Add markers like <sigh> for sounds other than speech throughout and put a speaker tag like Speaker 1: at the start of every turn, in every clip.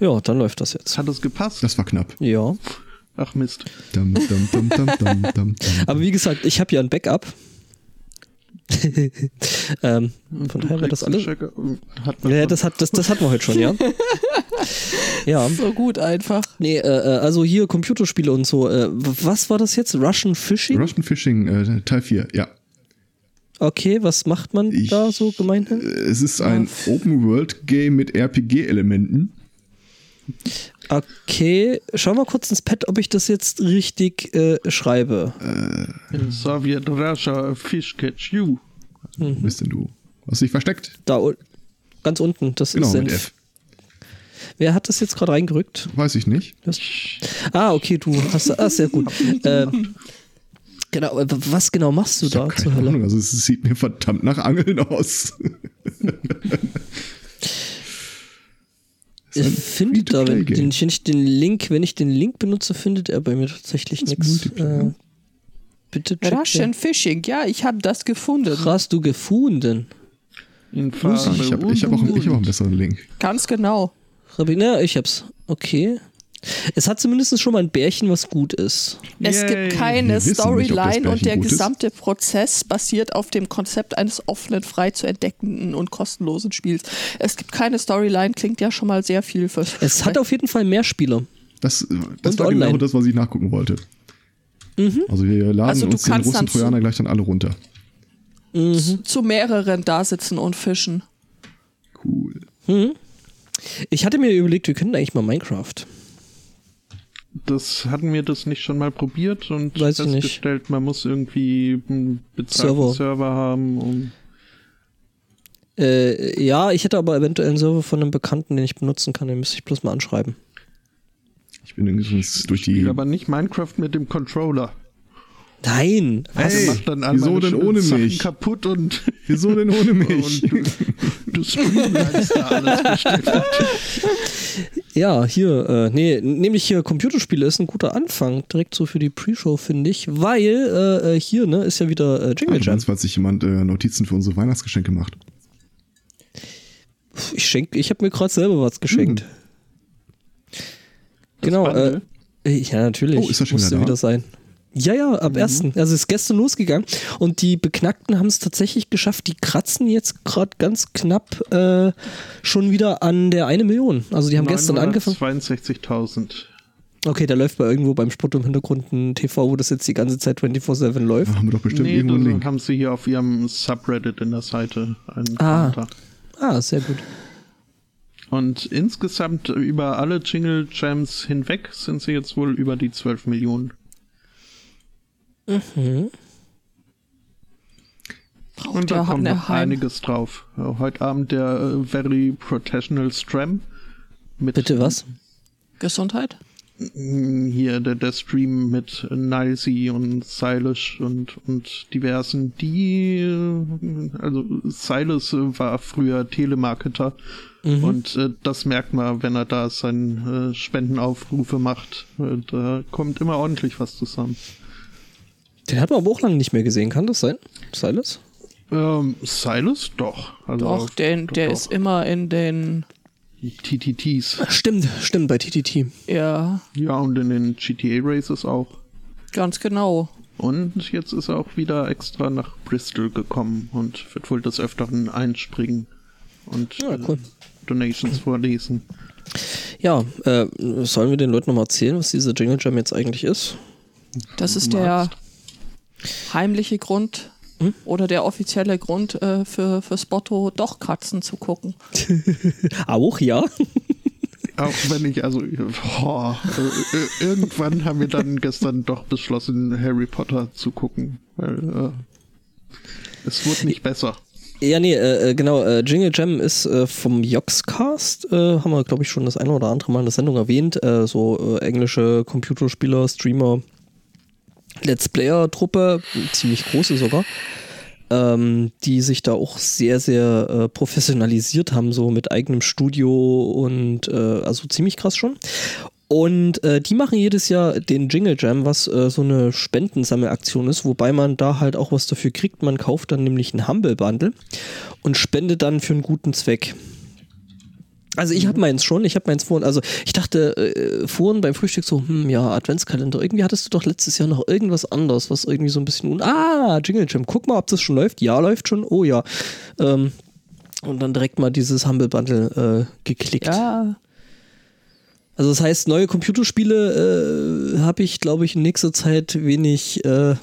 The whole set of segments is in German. Speaker 1: Ja, dann läuft das jetzt.
Speaker 2: Hat das gepasst?
Speaker 3: Das war knapp.
Speaker 1: Ja.
Speaker 2: Ach Mist.
Speaker 3: Dum, dum, dum, dum, dum, dum, dum.
Speaker 1: Aber wie gesagt, ich habe ja ein Backup. <laughs> ähm,
Speaker 2: Und
Speaker 1: von
Speaker 2: du
Speaker 1: daher wird das
Speaker 2: kriegst einen
Speaker 1: alles.
Speaker 2: Checker. Hat man
Speaker 1: Ja, das, hat, das, das hatten wir heute schon,
Speaker 4: <laughs>
Speaker 1: ja. ja.
Speaker 4: So gut einfach.
Speaker 1: Nee, äh, äh, also hier Computerspiele und so. Äh, w- was war das jetzt? Russian Fishing?
Speaker 3: Russian Fishing, äh, Teil 4, ja.
Speaker 1: Okay, was macht man
Speaker 3: Ich-
Speaker 1: da so gemeinhin?
Speaker 3: Äh, Es ist ein Open-World-Game mit RPG-Elementen.
Speaker 1: Okay, schau mal kurz ins Pad, ob ich das jetzt richtig äh, schreibe.
Speaker 2: in Soviet Russia äh, Fish Catch You.
Speaker 3: Wo bist denn du? Hast dich versteckt?
Speaker 1: Da un- ganz unten, das
Speaker 3: Genau,
Speaker 1: ist
Speaker 3: mit
Speaker 1: Senf.
Speaker 3: F.
Speaker 1: Wer hat das jetzt gerade reingerückt?
Speaker 3: Weiß ich nicht.
Speaker 1: Ah, okay, du hast ah, sehr gut. ähm, genau, aber was genau machst du da zur
Speaker 3: Keine
Speaker 1: Hölle?
Speaker 3: Ahnung, also es sieht mir verdammt nach Angeln aus.
Speaker 1: Ich
Speaker 3: ein
Speaker 1: finde Äh, da, wenn,
Speaker 3: Free-to-Play-Game.
Speaker 1: den, wenn ich den Link, wenn ich den Link benutze, findet er bei mir tatsächlich
Speaker 3: Das ist
Speaker 1: nichts.
Speaker 3: Multiplayer.
Speaker 1: Äh, bitte check.
Speaker 4: Russian Fishing, ja, ich habe das gefunden.
Speaker 1: Krass, du gefunden.
Speaker 2: In
Speaker 3: Ah, ich habe ich hab auch, ich hab auch einen besseren Link.
Speaker 4: Ganz genau.
Speaker 1: Rabina, ich hab's. Okay. Es hat zumindest schon mal ein Bärchen, was gut ist.
Speaker 4: Es
Speaker 2: Yay.
Speaker 4: gibt
Speaker 3: Wir
Speaker 4: keine
Speaker 3: wissen nicht, ob das Pärchen
Speaker 4: Storyline und der
Speaker 3: gut ist.
Speaker 4: gesamte Prozess basiert auf dem Konzept eines offenen, frei zu entdeckenden und kostenlosen Spiels. Es gibt keine Storyline, klingt ja schon mal sehr viel für.
Speaker 1: Es hat auf jeden Fall mehr Spieler.
Speaker 3: Das, das
Speaker 1: Und
Speaker 3: war
Speaker 1: online.
Speaker 3: genau das, was ich nachgucken wollte. Also wir laden
Speaker 4: Also du
Speaker 3: uns den
Speaker 4: kannst
Speaker 3: russen
Speaker 4: dann zu-
Speaker 3: Trojaner gleich dann alle runter.
Speaker 4: zu mehreren da sitzen und fischen.
Speaker 3: Cool.
Speaker 1: Ich hatte mir überlegt, wir könnten eigentlich mal Minecraft.
Speaker 2: Das hatten wir das nicht schon mal probiert und
Speaker 1: Weiß ich nicht.
Speaker 2: festgestellt, man muss irgendwie einen bezahlten
Speaker 1: Server.
Speaker 2: Server, haben. Um
Speaker 1: Äh, ja, ich hätte aber eventuell einen Server von einem Bekannten, den ich benutzen kann. Den müsste ich bloß mal anschreiben.
Speaker 3: Ich bin übrigens durch die...
Speaker 2: aber nicht Minecraft mit dem Controller.
Speaker 1: Nein!
Speaker 3: Was?
Speaker 2: Der
Speaker 3: Hey,
Speaker 2: macht dann all
Speaker 3: wieso
Speaker 2: meine
Speaker 3: denn
Speaker 2: schönen
Speaker 3: ohne
Speaker 2: Sachen
Speaker 3: mich?
Speaker 2: kaputt und, <laughs>
Speaker 3: Wieso denn ohne mich?
Speaker 2: und du, du streamlinest da
Speaker 3: <laughs>
Speaker 2: alles bestimmt.
Speaker 1: Ja, hier, äh, nee, nämlich hier Computerspiele ist ein guter Anfang, direkt so für die Pre-Show, finde ich, weil äh, äh, hier, ne, ist ja wieder äh,
Speaker 3: Ah,
Speaker 1: Jingle
Speaker 3: du
Speaker 1: Jam.
Speaker 3: meinst, falls sich jemand äh, Notizen für unsere Weihnachtsgeschenke macht.
Speaker 1: Pff, Ich schenk, ich habe mir gerade selber
Speaker 3: Hm,
Speaker 1: was geschenkt.
Speaker 3: Mhm.
Speaker 1: Genau, äh,
Speaker 2: Bundle?
Speaker 1: ja, natürlich.
Speaker 3: Oh, ist das schon
Speaker 1: Musste
Speaker 3: wieder da? Mhm.
Speaker 1: wieder sein. Ja, ja, ab 1. Also ist gestern losgegangen und die Beknackten haben es tatsächlich geschafft. Die kratzen jetzt gerade ganz knapp äh, schon wieder an der eine Million. Also die haben gestern angefangen.
Speaker 2: 962.000.
Speaker 1: Okay, da läuft bei irgendwo beim Sport im Hintergrund ein TV, wo das jetzt die ganze Zeit 24-7 läuft.
Speaker 3: Da haben wir doch bestimmt
Speaker 2: Nee,
Speaker 3: irgendwo einen
Speaker 2: dann
Speaker 3: Link.
Speaker 2: haben sie hier auf ihrem Subreddit in der Seite einen
Speaker 1: Ah.
Speaker 2: Kommentar.
Speaker 1: Ah, sehr gut.
Speaker 2: Und insgesamt über alle Jingle Jams hinweg sind sie jetzt wohl über die 12 Millionen.
Speaker 4: Braucht
Speaker 2: Und da
Speaker 4: ja
Speaker 2: kommt
Speaker 4: eine
Speaker 2: noch
Speaker 4: Heim-
Speaker 2: einiges drauf. Äh, Heute Abend der äh, Very Professional Stram. Mit
Speaker 1: Bitte was?
Speaker 4: Gesundheit?
Speaker 2: m, Hier der, der Stream mit Nilsy und Silas und, und diversen. Die, äh, also Silas äh, war früher Telemarketer.
Speaker 4: Mhm.
Speaker 2: Und äh, das merkt man, wenn er da seine äh, Spendenaufrufe macht. Äh, da kommt immer ordentlich was zusammen.
Speaker 1: Den hat man aber auch lange nicht mehr gesehen, kann das sein? Silas?
Speaker 2: Ähm, Silas? Doch. Also,
Speaker 4: Doch, den, der
Speaker 2: doch.
Speaker 4: ist immer in den.
Speaker 2: TTTs.
Speaker 1: Stimmt, stimmt, bei TTT.
Speaker 4: Ja,
Speaker 2: Ja, und in den GTA-Races auch.
Speaker 4: ganz genau.
Speaker 2: Und jetzt ist er auch wieder extra nach Bristol gekommen und wird wohl des Öfteren einspringen und
Speaker 1: Ja,
Speaker 2: äh,
Speaker 1: cool.
Speaker 2: Donations
Speaker 1: <laughs>
Speaker 2: vorlesen.
Speaker 1: Ja, äh, sollen wir den Leuten nochmal erzählen, was dieser Jingle Jam jetzt eigentlich ist?
Speaker 4: Das ist der heimliche Grund oder der offizielle Grund äh, für, für Spotto, doch Katzen zu gucken.
Speaker 1: Auch ja.
Speaker 2: Auch wenn ich, also, boah, äh, äh, irgendwann haben wir dann gestern doch beschlossen, Harry Potter zu gucken, weil äh, es wurde nicht besser.
Speaker 1: <laughs> Ja, nee, äh, äh, genau. Äh, Jingle Jam ist äh, vom Joxcast, äh, haben wir, glaube ich, schon das eine oder andere Mal in der Sendung erwähnt. Äh, so äh, englische Computerspieler, Streamer, Let's Player-Truppe, ziemlich große sogar, ähm, die sich da auch sehr, sehr äh, professionalisiert haben, so mit eigenem Studio und äh, also ziemlich krass schon. Und äh, die machen jedes Jahr den Jingle Jam, was äh, so eine Spendensammelaktion ist, wobei man da halt auch was dafür kriegt. Man kauft dann nämlich einen Humble Bundle und spendet dann für einen guten Zweck. Also ich habe meins schon, ich habe meins vorhin, also ich dachte äh, vorhin beim Frühstück so, hm, ja, Adventskalender, irgendwie hattest du doch letztes Jahr noch irgendwas anderes, was irgendwie so ein bisschen, un ah, Jingle Jam, guck mal, ob das schon läuft, ja, läuft schon, oh ja. Ähm, und dann direkt mal dieses Humble Bundle äh, geklickt.
Speaker 4: Ja.
Speaker 1: Also das heißt, neue Computerspiele äh, habe ich, glaube ich, in nächster Zeit wenig... Äh,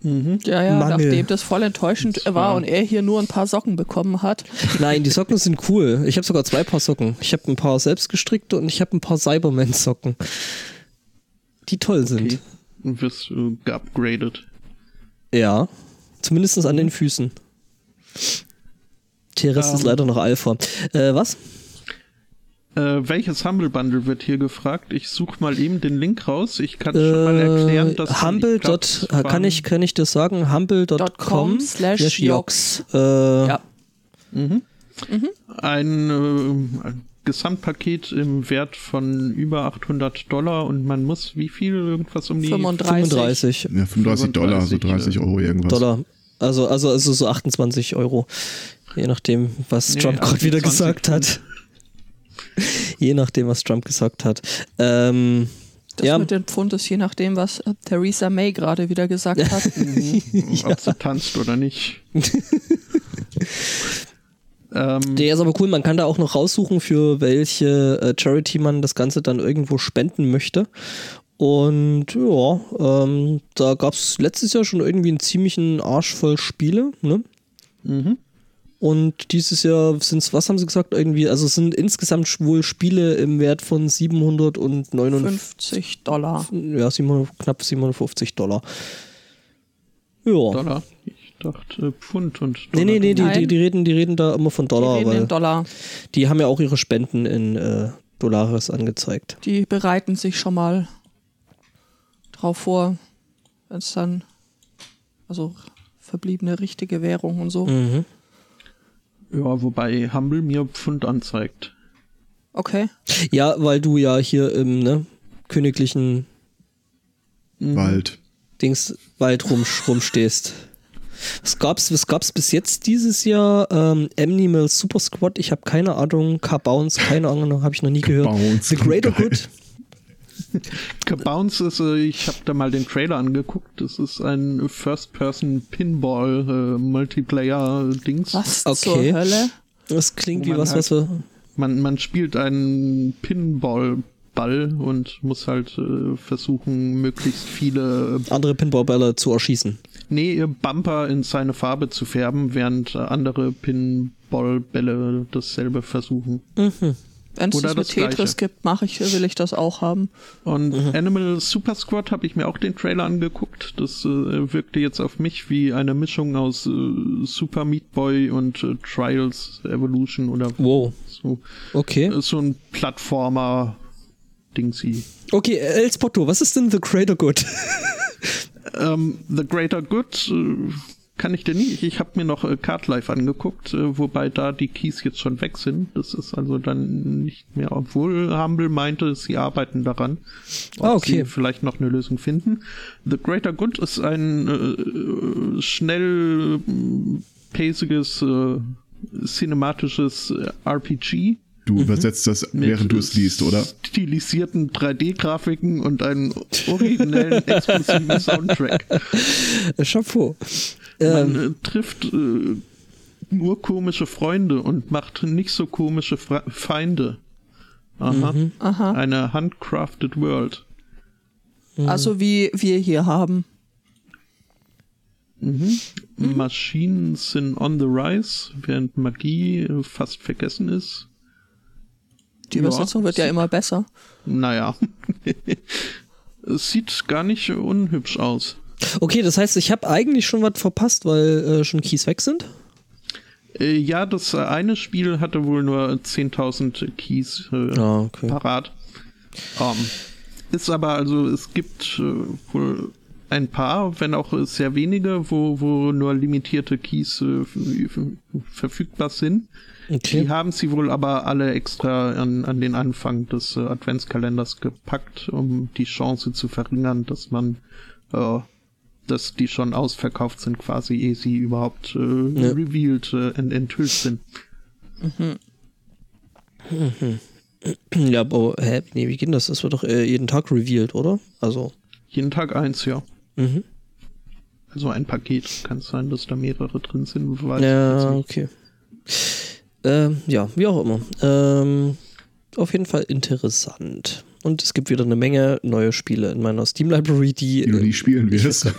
Speaker 4: Ja, ja,
Speaker 1: Mangel.
Speaker 4: nachdem das voll enttäuschend war und er hier nur ein paar Socken bekommen hat.
Speaker 1: Nein, die Socken sind cool. Ich habe sogar zwei Paar Socken. Ich habe ein paar selbstgestrickte und ich habe ein paar Cyberman-Socken. Die toll sind.
Speaker 2: Okay. Und wirst äh, geupgradet.
Speaker 1: Ja. Zumindest an den Füßen. Der Rest
Speaker 2: Ähm,
Speaker 1: ist leider noch Alpha. Äh, was?
Speaker 2: Äh, welches Humble Bundle wird hier gefragt? Ich suche mal eben den Link raus. Ich kann schon mal erklären, dass die-
Speaker 1: Äh, Humble.
Speaker 2: ich glaub,
Speaker 1: dot-
Speaker 2: das
Speaker 1: kann, ich, kann ich das sagen? Humble.com
Speaker 4: .com slash
Speaker 1: yox. Äh, ja.
Speaker 4: Ja.
Speaker 2: waren ein, äh, ein Gesamtpaket im Wert von über 800 Dollar und man muss wie viel irgendwas um die
Speaker 4: 35.
Speaker 1: 35
Speaker 3: Ja, 35 Dollar, so
Speaker 2: 35,
Speaker 3: 30 Euro irgendwas.
Speaker 1: Dollar. Also, also, also so 28 Euro. Je nachdem, was
Speaker 2: Nee,
Speaker 1: Trump gerade wieder
Speaker 2: 28.
Speaker 1: gesagt hat. <laughs> Je nachdem, was Trump gesagt hat. Ähm,
Speaker 4: Das
Speaker 1: ja,
Speaker 4: mit den Pfund ist je nachdem, was äh, Theresa May gerade wieder gesagt hat.
Speaker 2: ob sie tanzt oder
Speaker 1: <laughs>
Speaker 2: nicht. ähm,
Speaker 1: der ist aber cool. Man kann da auch noch raussuchen, für welche äh, Charity man das Ganze dann irgendwo spenden möchte. Und ja, ähm, da gab es letztes Jahr schon irgendwie einen ziemlichen Arsch voll Spiele. Ne?
Speaker 2: mhm.
Speaker 1: Und dieses Jahr sind es, was haben sie gesagt, irgendwie, also es sind insgesamt wohl Spiele im Wert von 759
Speaker 4: 50 Dollar.
Speaker 1: ja, 700, knapp 750 Dollar. Ja.
Speaker 2: Dollar. Ich dachte äh, Pfund und Dollar.
Speaker 1: Nee, nee, nee, die, die,
Speaker 4: Nein.
Speaker 1: die, reden, die reden da immer von Dollar,
Speaker 4: die reden
Speaker 1: weil
Speaker 4: in Dollar.
Speaker 1: die haben ja auch ihre Spenden in äh, Dollares angezeigt.
Speaker 4: Die bereiten sich schon mal drauf vor, wenn es dann, also verbliebene richtige Währung und so.
Speaker 2: Ja, wobei Humble mir Pfund anzeigt.
Speaker 4: Okay.
Speaker 1: Ja, weil du ja hier im ne, königlichen
Speaker 3: Wald.
Speaker 1: Dingswald rum, rumstehst. Was gab's, was gab's bis jetzt dieses Jahr? Ähm, Animal Super Squad, ich habe keine Ahnung. Car-Bounce, keine Ahnung, habe ich noch nie gehört.
Speaker 3: Bounce,
Speaker 1: The Greater
Speaker 3: geil.
Speaker 1: Good,
Speaker 2: Bounce ist, äh, ich habe da mal den Trailer angeguckt. Das ist ein äh, First-Person-Pinball-Multiplayer-Dings.
Speaker 4: Was
Speaker 1: Okay.
Speaker 4: zur Hölle?
Speaker 1: das klingt
Speaker 2: Wo
Speaker 1: wie
Speaker 2: man
Speaker 1: was,
Speaker 2: halt-
Speaker 1: was wir
Speaker 2: Man, man spielt einen Pinball-Ball und muss halt äh, versuchen, möglichst viele äh,
Speaker 1: andere Pinballbälle zu erschießen.
Speaker 2: nee, Bumper in seine Farbe zu färben, während äh, andere Pinball-Bälle dasselbe versuchen.
Speaker 4: Wenn es
Speaker 2: Oder
Speaker 4: das mit
Speaker 2: das Gleiche.
Speaker 4: Tetris gibt, mache ich, will ich das auch haben.
Speaker 2: Und Animal Super Squad habe ich mir auch den Trailer angeguckt. Das äh, wirkte jetzt auf mich wie eine Mischung aus äh, Super Meat Boy und äh, Trials Evolution oder
Speaker 1: Wow,
Speaker 2: so.
Speaker 1: okay.
Speaker 2: Ist so ein Plattformer Dingsy.
Speaker 1: Okay, äh, El Spotto, was ist denn The Greater Good? <laughs>
Speaker 2: Ähm, The Greater Good äh, kann ich dir nicht. Ich habe mir noch äh, Card Life angeguckt, äh, wobei da die Keys jetzt schon weg sind. Das ist also dann nicht mehr, obwohl Humble meinte, sie arbeiten daran. ob
Speaker 1: Ah, okay.
Speaker 2: Sie vielleicht noch eine Lösung finden. The Greater Good ist ein äh, äh, schnell äh, paisiges, äh, cinematisches äh, RPG.
Speaker 3: Du übersetzt das,
Speaker 2: mit
Speaker 3: während du es liest, oder?
Speaker 2: Stilisierten 3D-Grafiken und einem originellen, exklusiven Soundtrack.
Speaker 1: Äh, Chapeau.
Speaker 2: Man äh, trifft äh, nur komische Freunde und macht nicht so komische Fra Feinde. Aha.
Speaker 4: Aha.
Speaker 2: Eine handcrafted world.
Speaker 4: Also wie wir hier haben.
Speaker 2: Maschinen sind on the rise, während Magie äh, fast vergessen ist.
Speaker 4: Die
Speaker 2: Ja.
Speaker 4: Übersetzung wird ja immer besser.
Speaker 2: Naja. <laughs> es sieht gar nicht unhübsch aus.
Speaker 1: Okay, das heißt, ich habe eigentlich schon was verpasst, weil äh, schon Keys weg sind.
Speaker 2: Äh, ja, das äh, eine Spiel hatte wohl nur 10.000 Keys äh,
Speaker 1: Ah, okay.
Speaker 2: parat. Ähm, ist aber, also es gibt äh, wohl ein paar, wenn auch äh, sehr wenige, wo, wo nur limitierte Keys äh, f- f- verfügbar sind. Die
Speaker 1: Okay.
Speaker 2: haben sie wohl aber alle extra an, an den Anfang des äh, Adventskalenders gepackt, um die Chance zu verringern, dass man, äh, dass die schon ausverkauft sind, quasi, ehe sie überhaupt äh, revealed äh, ent enthüllt sind.
Speaker 1: Ja, aber hä? Nee, wie geht denn das? Das wird doch äh, jeden Tag revealed, oder? Also.
Speaker 2: Jeden Tag eins, ja.
Speaker 1: Mhm.
Speaker 2: Also ein Paket. Kann sein, dass da mehrere drin sind. Weiß ich
Speaker 1: Ja,
Speaker 2: jetzt nicht.
Speaker 1: okay. Ähm, ja, wie auch immer. Ähm, auf jeden Fall interessant. Und es gibt wieder eine Menge neue Spiele in meiner Steam Library, die,
Speaker 3: Die du nie spielen wirst.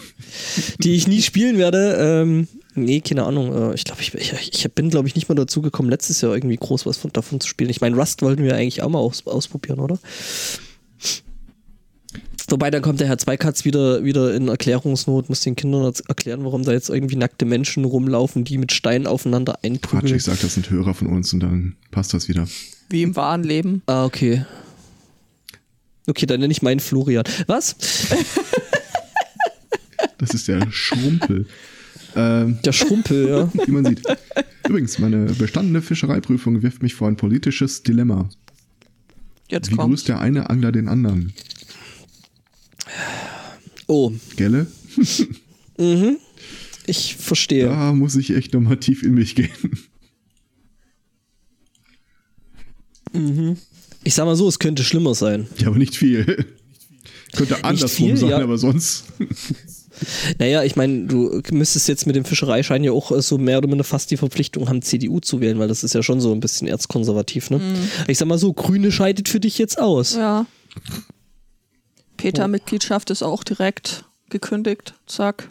Speaker 1: die ich nie spielen werde. Ähm, nee, keine Ahnung. Äh, ich glaube, ich, ich, ich bin, glaube ich, nicht mal dazu gekommen, letztes Jahr irgendwie groß was von, davon zu spielen. Ich meine, Rust wollten wir eigentlich auch mal aus, ausprobieren, oder? Wobei, dann kommt der Herr Zweikatz wieder, wieder in Erklärungsnot, muss den Kindern erz- erklären, warum da jetzt irgendwie nackte Menschen rumlaufen, die mit Steinen aufeinander
Speaker 3: Quatsch,
Speaker 1: einprügeln.
Speaker 3: ich sag, das sind Hörer von uns und dann passt das wieder.
Speaker 4: Wie im wahren Leben.
Speaker 1: Ah, okay. Okay, dann nenne ich meinen Florian. Was?
Speaker 3: Das ist der Schrumpel. ähm,
Speaker 1: Der Schrumpel, ja.
Speaker 3: wie man sieht. Übrigens, meine bestandene Fischereiprüfung wirft mich vor ein politisches Dilemma.
Speaker 4: Jetzt
Speaker 3: Wie
Speaker 4: kommt.
Speaker 3: grüßt der eine Angler den anderen?
Speaker 1: Oh,
Speaker 3: Gelle?
Speaker 1: ich verstehe.
Speaker 3: Da muss ich echt nochmal tief in mich gehen. <laughs>
Speaker 1: Ich sag mal so, es könnte schlimmer sein.
Speaker 3: Ja, aber nicht viel. Könnte andersrum
Speaker 1: viel,
Speaker 3: sein,
Speaker 1: ja.
Speaker 3: aber sonst.
Speaker 1: Naja, ich meine, du müsstest jetzt mit dem Fischereischein ja auch äh, so mehr oder minder fast die Verpflichtung haben, CDU zu wählen, weil das ist ja schon so ein bisschen erzkonservativ, ne? Ich sag mal so, Grüne scheidet für dich jetzt aus.
Speaker 4: Ja. Peter-Mitgliedschaft ist auch direkt gekündigt. Zack.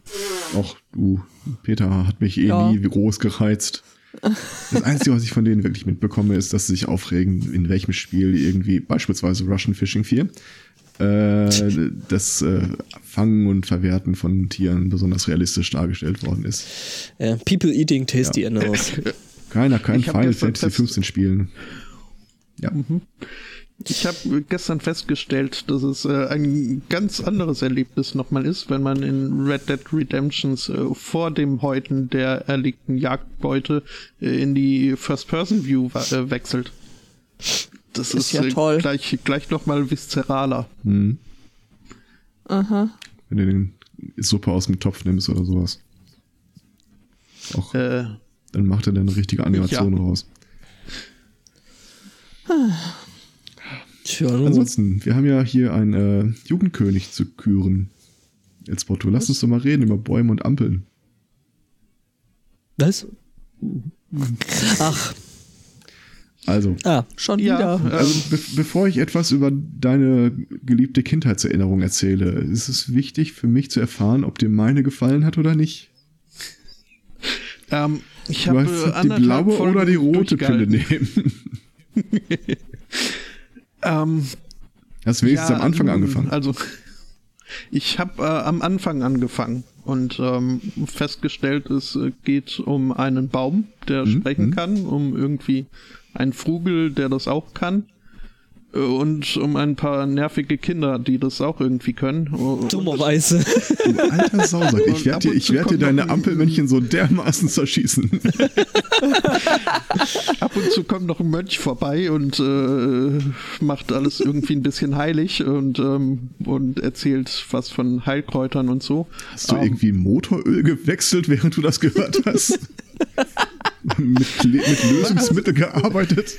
Speaker 3: Ach du, Peter hat mich eh
Speaker 4: Ja.
Speaker 3: nie groß gereizt. Das Einzige, was ich von denen wirklich mitbekomme, ist, dass sie sich aufregen, in welchem Spiel irgendwie, beispielsweise Russian Fishing 4, äh, das äh, Fangen und Verwerten von Tieren besonders realistisch dargestellt worden ist.
Speaker 1: Äh, people eating tasty
Speaker 3: <laughs>
Speaker 1: animals.
Speaker 3: Keiner kann
Speaker 2: Ich hab Mhm.
Speaker 3: Final
Speaker 2: gestern
Speaker 3: Fantasy
Speaker 2: fest-
Speaker 3: 15 spielen. Ja,
Speaker 2: Ich habe gestern festgestellt, dass es äh, ein ganz anderes Erlebnis nochmal ist, wenn man in Red Dead Redemptions äh, vor dem Häuten der erlegten Jagdbeute äh, in die First-Person-View wa- äh, wechselt. Das ist,
Speaker 4: Ist ja
Speaker 2: äh,
Speaker 4: toll.
Speaker 2: gleich, gleich nochmal viszeraler.
Speaker 3: wenn du den Suppe aus dem Topf nimmst oder sowas. Auch,
Speaker 2: Äh,
Speaker 3: dann macht er dann eine richtige Animation
Speaker 2: Ja.
Speaker 3: raus.
Speaker 1: Tja, nun.
Speaker 3: Ansonsten, wir haben ja hier einen äh, Jugendkönig zu küren. Als Porto, lass uns doch mal reden über Bäume und Ampeln.
Speaker 1: Was? Ach,
Speaker 3: Also,
Speaker 1: ah,
Speaker 4: Schon
Speaker 2: ja,
Speaker 4: wieder.
Speaker 2: ähm,
Speaker 3: also be bevor ich etwas über deine geliebte Kindheitserinnerung erzähle, ist es wichtig für mich zu erfahren, ob dir meine gefallen hat oder nicht.
Speaker 2: ähm, ich
Speaker 3: Du
Speaker 2: habe
Speaker 3: hast die blaue oder die rote Pille nehmen.
Speaker 2: <laughs> Ähm,
Speaker 3: Hast wenigstens am Anfang
Speaker 2: ähm,
Speaker 3: angefangen.
Speaker 2: Also ich habe äh, am Anfang angefangen und ähm, festgestellt, es äh, geht um einen Baum, der
Speaker 3: Mhm,
Speaker 2: sprechen kann, um irgendwie einen Vogel, der das auch kann. äh, Und um ein paar nervige Kinder, die das auch irgendwie können. Und-
Speaker 3: <laughs>
Speaker 1: dummerweise.
Speaker 3: Du alter Sausack,
Speaker 2: <laughs>
Speaker 3: ich
Speaker 2: Und
Speaker 3: werde
Speaker 2: ab
Speaker 3: dir,
Speaker 2: und
Speaker 3: ich
Speaker 2: zu
Speaker 3: werd dir
Speaker 2: kommt noch
Speaker 3: deine
Speaker 2: ein-
Speaker 3: Ampelmännchen so dermaßen zerschießen.
Speaker 2: Ab und zu kommt noch ein Mönch vorbei und äh, macht alles irgendwie ein bisschen heilig und, ähm, und erzählt was von Heilkräutern und so. Ähm,
Speaker 3: Hast du irgendwie Motoröl gewechselt, während du das gehört
Speaker 2: <laughs>
Speaker 3: hast? mit, Kle- mit Lösungsmittel gearbeitet?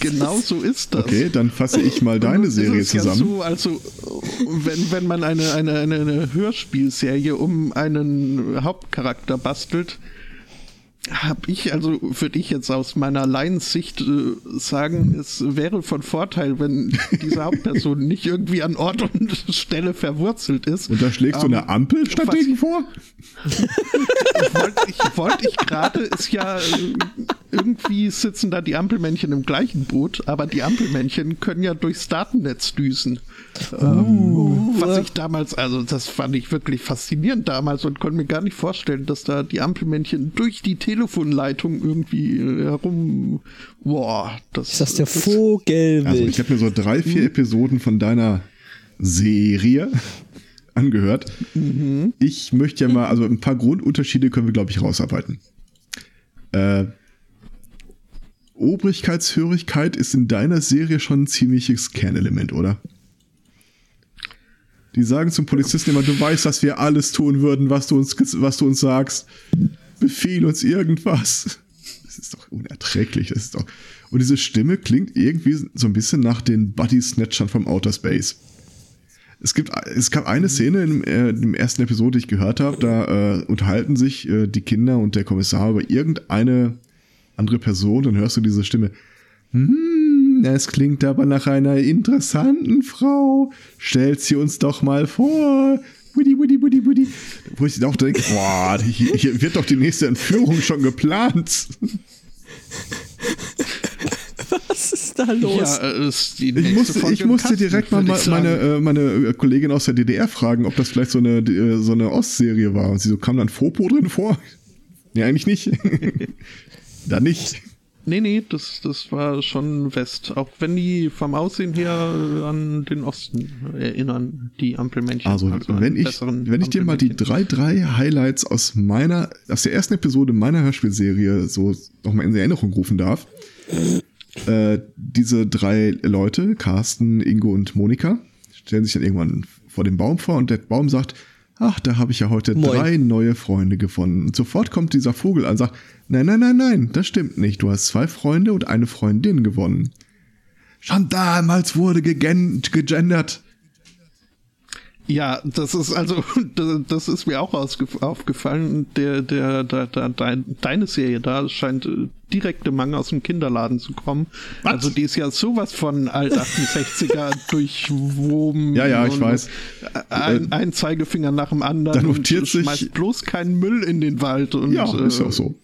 Speaker 2: Genau so ist das.
Speaker 3: Okay, dann fasse ich mal deine
Speaker 2: Es
Speaker 3: Serie
Speaker 2: ist ja
Speaker 3: zusammen.
Speaker 2: so, also, wenn, wenn man eine, eine, eine, eine Hörspielserie um einen Hauptcharakter bastelt, habe ich, also würde ich jetzt aus meiner Laiensicht äh, sagen, es wäre von Vorteil, wenn diese
Speaker 3: <laughs>
Speaker 2: Hauptperson nicht irgendwie an Ort und Stelle verwurzelt ist.
Speaker 3: Und da schlägst
Speaker 2: Ähm,
Speaker 3: du eine Ampel stattdessen vor?
Speaker 2: wollte ich, wollt ich gerade, ist ja äh, irgendwie sitzen da die Ampelmännchen im gleichen Boot, aber die Ampelmännchen können ja durchs Datennetz düsen. Ähm,
Speaker 3: Uh.
Speaker 2: was ich damals, also das fand ich wirklich faszinierend damals und konnte mir gar nicht vorstellen, dass da die Ampelmännchen durch die Telefonleitung irgendwie äh, herum. Boah, das
Speaker 1: Ich sag's dir,
Speaker 2: das-
Speaker 3: Also
Speaker 1: Vogelwild.
Speaker 3: ich habe mir so drei, vier Episoden von deiner Serie angehört. Ich möchte ja mal, also ein paar Grundunterschiede können wir, glaube ich, rausarbeiten. Äh, Obrigkeitshörigkeit ist in deiner Serie schon ein ziemliches Kernelement, oder? Die sagen zum Polizisten immer, du weißt, dass wir alles tun würden, was du uns, was du uns sagst. Befehl uns irgendwas. Das ist doch unerträglich. Das ist doch. Und diese Stimme klingt irgendwie so ein bisschen nach den Buddy Snatchern vom Outer Space. Es, gibt, es gab eine Szene in äh, dem ersten Episode, die ich gehört habe, da äh, unterhalten sich äh, die Kinder und der Kommissar über irgendeine andere Person, dann hörst du diese Stimme. Hm, es klingt aber nach einer interessanten Frau. Stellt sie uns doch mal vor. Woody, Woody, Woody, Woody. Wo ich auch denke, boah, hier, hier wird doch die nächste Entführung schon geplant.
Speaker 4: Was ist da los?
Speaker 2: Ja, äh, ist die
Speaker 3: Ich
Speaker 2: nächste
Speaker 3: musste,
Speaker 2: Folge
Speaker 3: ich
Speaker 2: im
Speaker 3: musste
Speaker 2: Kasten,
Speaker 3: direkt mal
Speaker 2: würd ich
Speaker 3: me-
Speaker 2: sagen.
Speaker 3: meine, äh, meine Kollegin aus der DDR fragen, ob das vielleicht so eine, äh, so eine Ostserie war. Und sie so, kam dann Fopo drin vor? Nee, eigentlich nicht. <laughs> dann nicht.
Speaker 2: Nee, nee, das, das war schon West. Auch wenn die vom Aussehen her äh, an den Osten erinnern, die Ampelmännchen.
Speaker 3: Also,
Speaker 2: an
Speaker 3: wenn ich,
Speaker 2: besseren
Speaker 3: wenn ich dir mal die
Speaker 2: Ampelmännchen.
Speaker 3: drei, drei Highlights aus meiner, aus der ersten Episode meiner Hörspielserie so nochmal in Erinnerung rufen darf. Äh, diese drei Leute, Carsten, Ingo und Monika, stellen sich dann irgendwann vor dem Baum vor und der Baum sagt, ach, da habe ich ja heute
Speaker 1: Moin.
Speaker 3: drei neue Freunde gefunden. Und sofort kommt dieser Vogel an und sagt, nein, nein, nein, nein, das stimmt nicht. Du hast zwei Freunde und eine Freundin gewonnen. Schon damals wurde gegen- gegendert.
Speaker 2: Ja, das ist also, <laughs> das, das ist mir auch ausgef- aufgefallen. Der, der, der, der, dein, deine Serie da scheint äh, direkte Mangel aus dem Kinderladen zu kommen.
Speaker 3: Was?
Speaker 2: Also die ist ja sowas von alt
Speaker 3: <laughs>
Speaker 2: 68er durchwoben.
Speaker 3: Ja, ja, ich
Speaker 2: und
Speaker 3: weiß. Äh,
Speaker 2: Ein, ein Zeigefinger nach dem anderen.
Speaker 3: Da notiert
Speaker 2: und
Speaker 3: sich-
Speaker 2: schmeißt bloß keinen Müll in den Wald. Und,
Speaker 3: Ja, ist
Speaker 2: äh,
Speaker 3: auch so.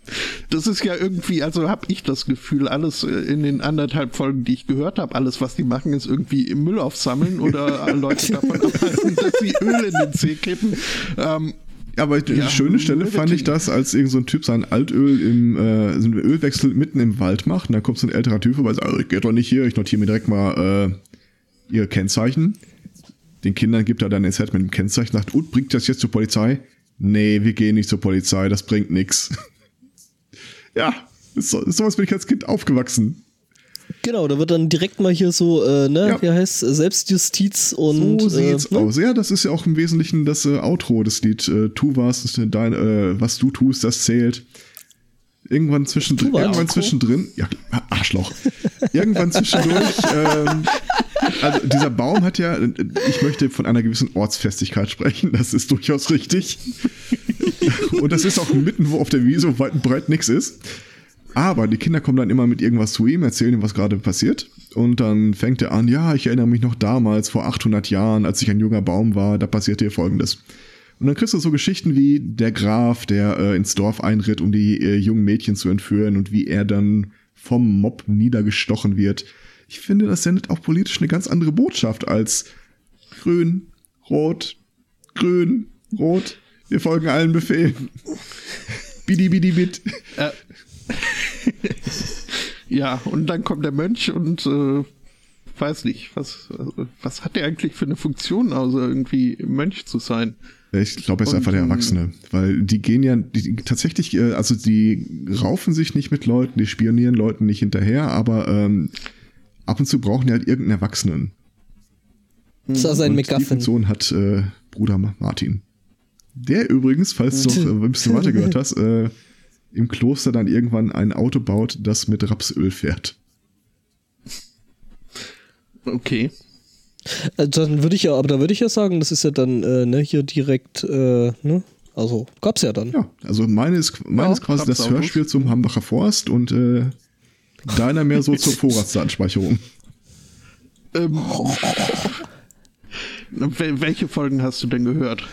Speaker 2: Das ist ja irgendwie, also habe ich das Gefühl, alles äh, in den anderthalb Folgen, die ich gehört habe, alles, was die machen, ist irgendwie im Müll aufsammeln
Speaker 3: <laughs>
Speaker 2: oder Leute davon abhalten, dass sie Öl in den Zeh kippen. Ähm,
Speaker 3: Ja, aber die
Speaker 2: Ja,
Speaker 3: schöne Stelle fand ich
Speaker 2: negativ.
Speaker 3: das, als irgend so ein Typ sein Altöl im äh, so einen Ölwechsel mitten im Wald macht und dann kommt so ein älterer Typ vorbei und sagt, "Ah, ich geh doch nicht hier, ich notiere mir direkt mal äh, ihr Kennzeichen. Den Kindern gibt er dann ein Set mit dem Kennzeichen sagt, und bringt das jetzt zur Polizei? Nee, wir gehen nicht zur Polizei, das bringt nix. <laughs> ja, ist so, ist sowas bin ich als Kind aufgewachsen.
Speaker 1: Genau, da wird dann direkt mal hier so, äh, ne,
Speaker 3: Ja.
Speaker 1: wie heißt Selbstjustiz und.
Speaker 3: so
Speaker 1: äh,
Speaker 3: sieht's
Speaker 1: ne?
Speaker 3: aus. oh, Ja, das ist ja auch im Wesentlichen das äh, Outro, das Lied. Äh, tu was, dein, äh, was du tust, das zählt. Irgendwann zwischendrin,
Speaker 1: Tu was,
Speaker 3: irgendwann
Speaker 1: Outro.
Speaker 3: zwischendrin, ja, Arschloch. Irgendwann <laughs> zwischendurch, ähm, also dieser Baum hat ja, äh, ich möchte von einer gewissen Ortsfestigkeit sprechen, das ist durchaus richtig. Und das ist auch mitten, wo auf der Wiese weit und breit nichts ist. Aber die Kinder kommen dann immer mit irgendwas zu ihm, erzählen ihm, was gerade passiert. Und dann fängt er an, ja, ich erinnere mich noch damals, vor 800 Jahren, als ich ein junger Baum war, da passierte hier Folgendes. Und dann kriegst du so Geschichten wie der Graf, der äh, ins Dorf einritt, um die äh, jungen Mädchen zu entführen und wie er dann vom Mob niedergestochen wird. Ich finde, das sendet auch politisch eine ganz andere Botschaft als grün, rot, grün, rot, wir folgen allen Befehlen. Bidi, bidi, bid.
Speaker 2: äh, ja, und dann kommt der Mönch und äh, weiß nicht, was, äh, was hat der eigentlich für eine Funktion, außer irgendwie Mönch zu sein?
Speaker 3: Ich glaube, er ist
Speaker 2: Und,
Speaker 3: einfach der
Speaker 2: ähm,
Speaker 3: Erwachsene, weil die gehen ja die, die, tatsächlich, äh, also die raufen sich nicht mit Leuten, die spionieren Leuten nicht hinterher, aber ähm, ab und zu brauchen die halt irgendeinen Erwachsenen.
Speaker 1: Das ist also ein
Speaker 3: Und Die
Speaker 1: McGuffin.
Speaker 3: Funktion hat äh, Bruder Ma- Martin. Der übrigens, falls du noch äh, ein bisschen weiter gehört hast, äh, im Kloster dann irgendwann ein Auto baut, das mit Rapsöl fährt.
Speaker 2: Okay.
Speaker 1: Also dann würde ich ja, aber da würde ich ja sagen, das ist ja dann, äh, ne, hier direkt, äh, ne? Also, gab's ja dann.
Speaker 3: Ja, also meine ist, meine
Speaker 2: Ja,
Speaker 3: ist quasi das
Speaker 2: Rapsautos.
Speaker 3: Hörspiel zum Hambacher Forst und äh, deiner mehr so
Speaker 2: <laughs>
Speaker 3: zur Vorratsdatenspeicherung. <laughs>
Speaker 2: Ähm, wel- welche Folgen hast du denn gehört?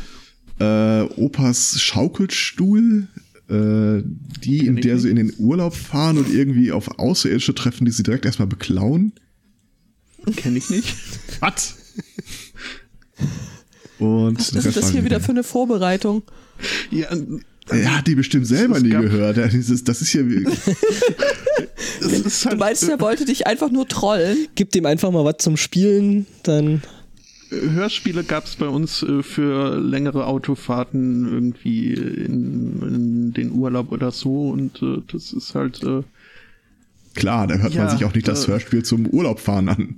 Speaker 3: äh, Opas Schaukelstuhl, äh, die, in
Speaker 2: ich
Speaker 3: der sie in den Urlaub fahren und irgendwie auf Außerirdische treffen, die sie direkt erstmal beklauen.
Speaker 2: Kenne ich nicht.
Speaker 3: Was? Und
Speaker 4: Was ist das hier wieder für eine Vorbereitung?
Speaker 2: Ja,
Speaker 3: Er hat die bestimmt selber
Speaker 2: Es
Speaker 3: nie
Speaker 2: gab-
Speaker 3: gehört. Das ist, das ist hier wie-
Speaker 4: <laughs>
Speaker 2: es ist
Speaker 4: Du
Speaker 2: halt,
Speaker 4: meinst, er wollte dich einfach nur trollen?
Speaker 1: Gib dem einfach mal was zum Spielen, dann.
Speaker 2: Hörspiele gab es bei uns äh, für längere Autofahrten irgendwie in, in den Urlaub oder so und äh, das ist halt äh,
Speaker 3: klar, da hört
Speaker 2: Ja,
Speaker 3: man sich auch nicht das
Speaker 2: äh,
Speaker 3: Hörspiel zum Urlaubfahren an.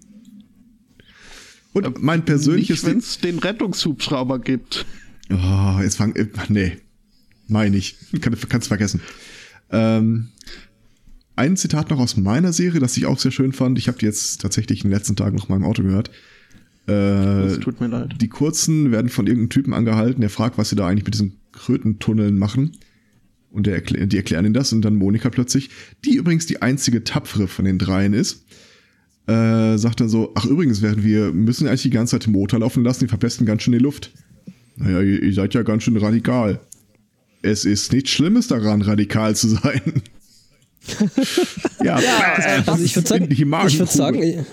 Speaker 3: Und mein persönliches
Speaker 2: Äh, nicht, wenn es den Rettungshubschrauber gibt.
Speaker 3: Oh, jetzt fang. äh, Nee. Meine ich. Kann, kannst vergessen. Ähm, ein Zitat noch aus meiner Serie, das ich auch sehr schön fand. Ich habe die jetzt tatsächlich in den letzten Tagen noch mal im Auto gehört.
Speaker 2: Es
Speaker 3: Äh,
Speaker 2: tut mir leid.
Speaker 3: die Kurzen werden von irgendeinem Typen angehalten, der fragt, was sie da eigentlich mit diesen Krötentunneln machen. Und der erklä die erklären ihnen das und dann Monika plötzlich, die übrigens die einzige tapfere von den dreien ist, äh, sagt dann so, ach übrigens, während wir müssen eigentlich die ganze Zeit den Motor laufen lassen, die verpesten ganz schön die Luft. Naja, ihr, ihr seid ja ganz schön radikal. Es ist nichts Schlimmes daran, radikal
Speaker 1: <laughs>
Speaker 3: zu sein. ja,
Speaker 2: Äh,
Speaker 1: Also ich würde sagen,
Speaker 3: Die
Speaker 1: ich würde
Speaker 3: Magengrube.
Speaker 1: sagen,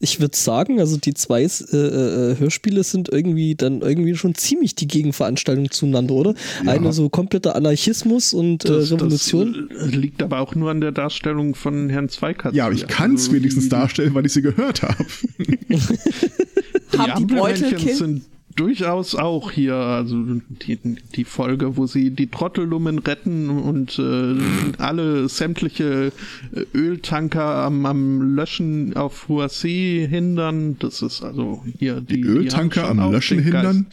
Speaker 1: ich würde sagen, also die zwei äh, äh, Hörspiele sind irgendwie dann irgendwie schon ziemlich die Gegenveranstaltung zueinander, oder? Eine so kompletter Anarchismus und äh,
Speaker 2: Das-
Speaker 1: Revolution.
Speaker 2: Das äh, liegt aber auch nur an der Darstellung von Herrn Zweikatz.
Speaker 3: ja, aber ich
Speaker 2: hier.
Speaker 3: kann es
Speaker 2: Also
Speaker 3: wenigstens
Speaker 2: die-
Speaker 3: darstellen, weil ich sie gehört habe.
Speaker 4: Haben die
Speaker 2: Ampelmännchen
Speaker 4: Beutelkind.
Speaker 2: sind durchaus auch hier, also die, die Folge, wo sie die Trottellummen retten und äh, alle sämtliche äh, Öltanker am, am Löschen auf hoher See hindern. Das ist also hier die,
Speaker 3: Die
Speaker 2: die haben
Speaker 3: Öltanker
Speaker 2: schon
Speaker 3: am
Speaker 2: auch
Speaker 3: Löschen
Speaker 2: den Geist.
Speaker 3: hindern?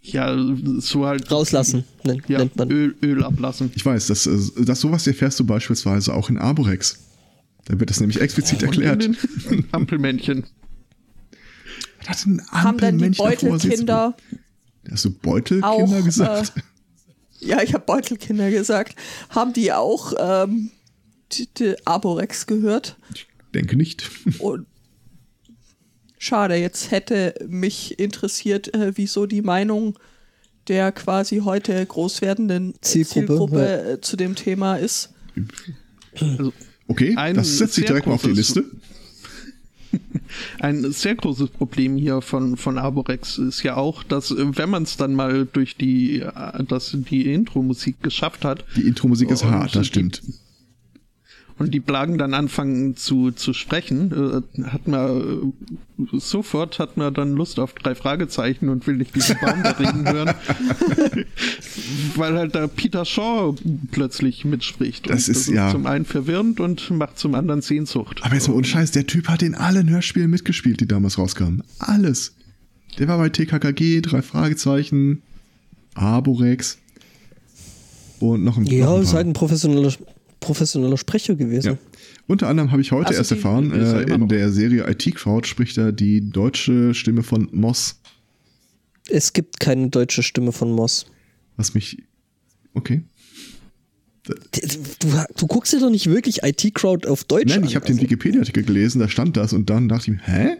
Speaker 2: Ja, so halt.
Speaker 1: Rauslassen, nennt,
Speaker 2: Ja,
Speaker 1: nennt man.
Speaker 2: Öl, Öl ablassen.
Speaker 3: Ich weiß, dass, äh, dass sowas erfährst du beispielsweise auch in Arborex. Da wird das nämlich explizit erklärt.
Speaker 2: Und in den <laughs> Ampelmännchen.
Speaker 3: Hat ein
Speaker 4: Haben dann die
Speaker 3: Ampelmännchen davor sitzen?
Speaker 4: Beutelkinder
Speaker 3: Hast du Beutelkinder
Speaker 4: auch,
Speaker 3: gesagt?
Speaker 4: äh, Ja, ich habe Beutelkinder gesagt. Haben die auch ähm, die, die Aborex gehört?
Speaker 3: ich denke nicht.
Speaker 4: Und schade, jetzt hätte mich interessiert, äh, wieso die Meinung der quasi heute groß werdenden
Speaker 1: Zielgruppe,
Speaker 4: Zielgruppe, äh, zu dem Thema ist.
Speaker 2: Also
Speaker 3: Okay,
Speaker 2: Ein
Speaker 3: das setze ich
Speaker 2: sehr
Speaker 3: direkt mal auf die
Speaker 2: großes-
Speaker 3: Liste.
Speaker 2: Ein sehr großes Problem hier von, von Arborex ist ja auch, dass äh, wenn man es dann mal durch die, äh, dass die Intro-Musik geschafft hat
Speaker 3: Die Intro-Musik ist
Speaker 2: Und
Speaker 3: hart, das
Speaker 2: die-
Speaker 3: stimmt.
Speaker 2: und die Plagen dann anfangen zu, zu sprechen, äh, hat man äh, sofort hat man dann Lust auf drei Fragezeichen und will nicht diesen Baum da reden hören. <laughs> Weil halt da Peter Shaw plötzlich mitspricht. und
Speaker 3: Das ist ja-
Speaker 2: zum einen verwirrend und macht zum anderen Sehnsucht.
Speaker 3: Aber jetzt mal ohne Scheiß, der Typ hat in allen Hörspielen mitgespielt, die damals rauskamen. Alles. Der war bei TKKG, drei Fragezeichen, Arborex und noch ein noch
Speaker 1: Ja,
Speaker 3: ein
Speaker 1: ist
Speaker 3: paar.
Speaker 1: halt ein professioneller, professioneller Sprecher gewesen.
Speaker 3: Ja. Unter anderem habe ich heute
Speaker 4: Also
Speaker 3: erst
Speaker 4: die-
Speaker 3: erfahren,
Speaker 2: die ist ja
Speaker 3: äh,
Speaker 2: immer
Speaker 3: in
Speaker 2: noch.
Speaker 3: der Serie IT Crowd spricht er die deutsche Stimme von Moss,
Speaker 1: Es gibt keine deutsche Stimme von Moss.
Speaker 3: was mich. Okay.
Speaker 1: D- Du, du guckst dir doch nicht wirklich IT-Crowd auf Deutsch
Speaker 3: Nein,
Speaker 1: an. also.
Speaker 3: ich habe
Speaker 4: Also
Speaker 3: den Wikipedia-Artikel gelesen, da stand das und dann dachte ich, mir, hä?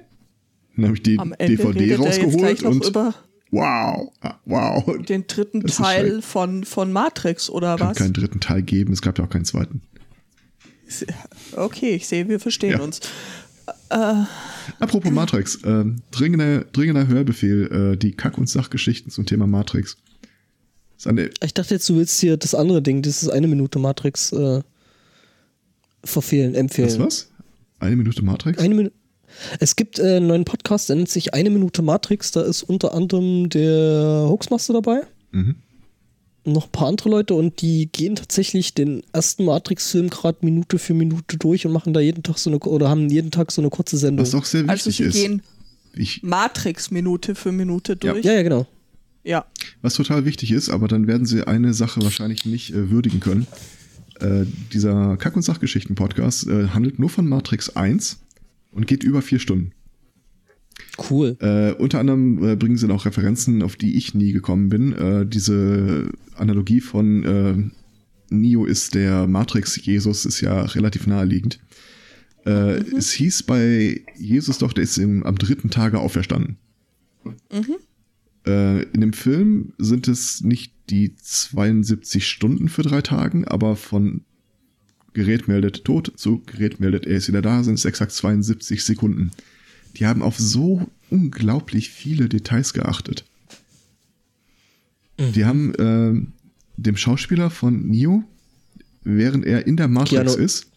Speaker 3: Dann habe ich die
Speaker 4: Am Ende
Speaker 3: DVD
Speaker 4: redet er jetzt
Speaker 3: rausgeholt
Speaker 4: gleich noch
Speaker 3: und
Speaker 4: über
Speaker 3: wow, ah, wow.
Speaker 4: den dritten
Speaker 3: Das ist schlecht.
Speaker 4: Teil von, von Matrix oder
Speaker 3: kann
Speaker 4: was?
Speaker 3: keinen dritten Teil geben, es gab ja auch keinen zweiten.
Speaker 4: Okay, ich sehe, wir verstehen
Speaker 3: Ja.
Speaker 4: uns.
Speaker 3: Apropos Matrix, ähm, dringender, dringender Hörbefehl, äh, die Kack- und Sachgeschichten zum Thema Matrix. Ist eine,
Speaker 1: Ich dachte jetzt, du willst hier das andere Ding, dieses eine Minute Matrix äh, verfehlen, empfehlen.
Speaker 3: was, was? Eine Minute Matrix?
Speaker 1: Eine Minu es gibt äh, einen neuen Podcast, der nennt sich Eine Minute Matrix. Da ist unter anderem der Hoaxmaster dabei.
Speaker 3: Mhm.
Speaker 1: Noch ein paar andere Leute und die gehen tatsächlich den ersten Matrix-Film gerade Minute für Minute durch und machen da jeden Tag so eine oder haben jeden Tag so eine kurze Sendung.
Speaker 3: was auch sehr wichtig
Speaker 4: Also sie
Speaker 3: ist.
Speaker 4: gehen
Speaker 3: ich,
Speaker 4: Matrix Minute für Minute
Speaker 3: Ja.
Speaker 4: durch.
Speaker 1: Ja, ja, genau.
Speaker 4: ja.
Speaker 3: Was total wichtig ist, aber dann werden sie eine Sache wahrscheinlich nicht äh, würdigen können. Äh, dieser Kack- und Sachgeschichten-Podcast äh, handelt nur von Matrix 1 und geht über vier Stunden.
Speaker 1: Cool.
Speaker 3: Äh, unter anderem äh, bringen sie dann auch Referenzen, auf die ich nie gekommen bin. Äh, diese Analogie von äh, Neo ist der Matrix-Jesus ist ja relativ naheliegend. Äh, Es hieß bei Jesus doch, der ist im, am dritten Tage auferstanden. Äh, in dem Film sind es nicht die 72 Stunden für drei Tagen, aber von Gerät meldet tot zu Gerät meldet er ist wieder da, sind es exakt 72 Sekunden. Die haben auf so unglaublich viele Details geachtet. Die haben ähm, dem Schauspieler von Neo, während er in der Matrix
Speaker 1: Keanu-
Speaker 3: ist,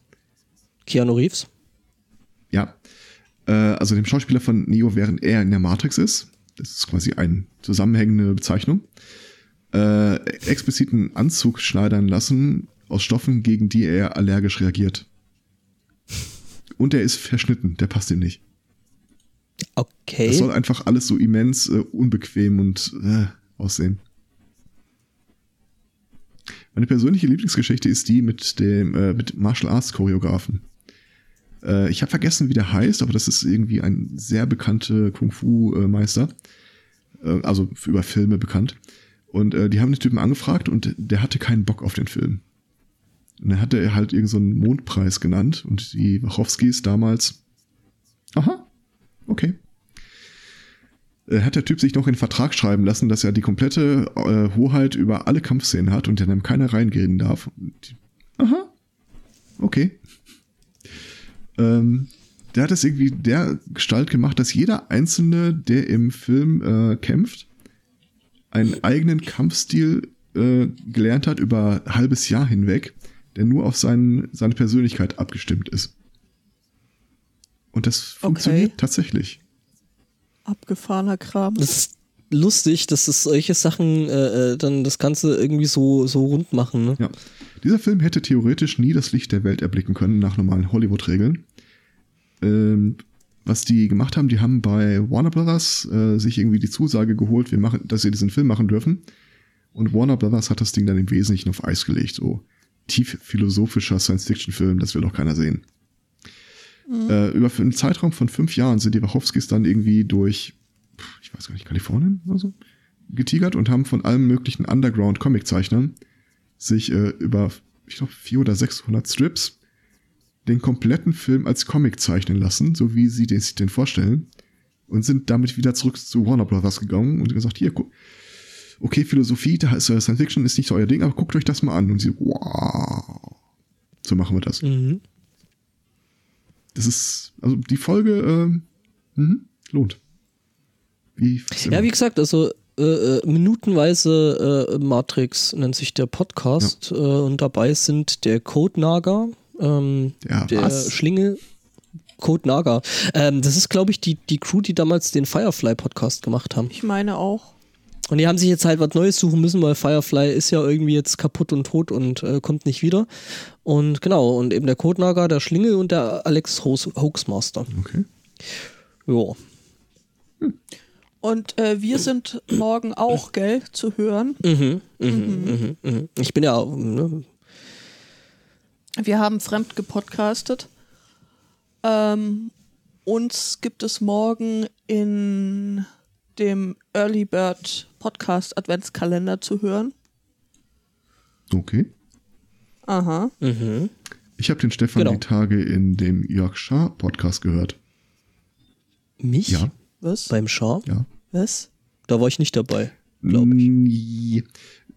Speaker 1: Keanu Reeves.
Speaker 3: ja. Äh, also dem Schauspieler von Neo, während er in der Matrix ist. Das ist quasi eine zusammenhängende Bezeichnung. Äh, expliziten Anzug schneidern lassen aus Stoffen, gegen die er allergisch reagiert. Und er ist verschnitten, der passt ihm nicht.
Speaker 1: Okay.
Speaker 3: Das soll einfach alles so immens äh, unbequem und äh, aussehen. Meine persönliche Lieblingsgeschichte ist die mit dem äh, mit Martial Arts Choreografen. Äh, ich habe vergessen, wie der heißt, aber das ist irgendwie ein sehr bekannter Kung Fu äh, Meister, äh, also über Filme bekannt. Und äh, die haben den Typen angefragt und der hatte keinen Bock auf den Film. Und dann hat er halt irgendeinen so einen Mondpreis genannt und die Wachowskis damals. Aha, okay. Äh, Hat der Typ sich noch in den Vertrag schreiben lassen, dass er die komplette äh, Hoheit über alle Kampfszenen hat und in dem keiner reingehen darf. Und die- Aha, okay. Ähm, der hat es irgendwie der Gestalt gemacht, dass jeder Einzelne, der im Film äh, kämpft, einen eigenen Kampfstil äh, gelernt hat über ein halbes Jahr hinweg, der nur auf seinen, seine Persönlichkeit abgestimmt ist. Und das funktioniert tatsächlich.
Speaker 4: Abgefahrener Kram.
Speaker 1: Das ist lustig, dass das solche Sachen äh, äh, dann das Ganze irgendwie so, so rund machen. Ne?
Speaker 3: Ja. Dieser Film hätte theoretisch nie das Licht der Welt erblicken können, nach normalen Hollywood-Regeln. Ähm, was die gemacht haben, die haben bei Warner Brothers äh, sich irgendwie die Zusage geholt, wir machen, dass sie diesen Film machen dürfen. Und Warner Brothers hat das Ding dann im Wesentlichen auf Eis gelegt. So tief philosophischer Science-Fiction-Film, das will doch keiner sehen. Äh, über für einen Zeitraum von fünf Jahren sind die Wachowskis dann irgendwie durch, pf, ich weiß gar nicht, Kalifornien oder so, getigert und haben von allen möglichen Underground-Comic-Zeichnern sich äh, über, ich glaube, 400 oder 600 Strips den kompletten Film als Comic zeichnen lassen, so wie sie den, sich den vorstellen. Und sind damit wieder zurück zu Warner Brothers gegangen und gesagt, hier, guck, okay, Philosophie, da ist äh, Science Fiction ist nicht so euer Ding, aber guckt euch das mal an. Und sie, wow. So machen wir das.
Speaker 1: Mhm.
Speaker 3: Das ist, also die Folge ähm, mhm, lohnt. Wie,
Speaker 1: Ja, wie gesagt, also äh, äh, minutenweise äh, Matrix nennt sich der Podcast äh, und dabei sind der Code Naga, ähm,
Speaker 3: Ja,
Speaker 1: der
Speaker 3: was?
Speaker 1: Schlinge. Code Naga. Ähm, das ist, glaube ich, die, die Crew, die damals den Firefly-Podcast gemacht haben.
Speaker 4: Ich meine auch.
Speaker 1: Und die haben sich jetzt halt was Neues suchen müssen, weil Firefly ist ja irgendwie jetzt kaputt und tot und äh, kommt nicht wieder. Und genau, und eben der Code Naga, der Schlinge und der Alex Hoax Hoaxmaster.
Speaker 3: okay.
Speaker 1: Jo.
Speaker 4: Und äh, wir sind morgen auch, gell, zu hören.
Speaker 1: Mhm. Ich bin ja, ne,
Speaker 4: Wir haben fremd gepodcastet. Ähm, uns gibt es morgen in dem Early Bird Podcast Adventskalender zu hören.
Speaker 3: Okay.
Speaker 4: Aha.
Speaker 3: Ich habe den Stefan
Speaker 1: Genau.
Speaker 3: die Tage in dem Jörg Schaar Podcast gehört.
Speaker 1: mich
Speaker 3: Ja.
Speaker 4: Was?
Speaker 1: beim Schar,
Speaker 3: Ja.
Speaker 4: Was?
Speaker 1: da war ich nicht dabei, glaube ich.
Speaker 3: ich.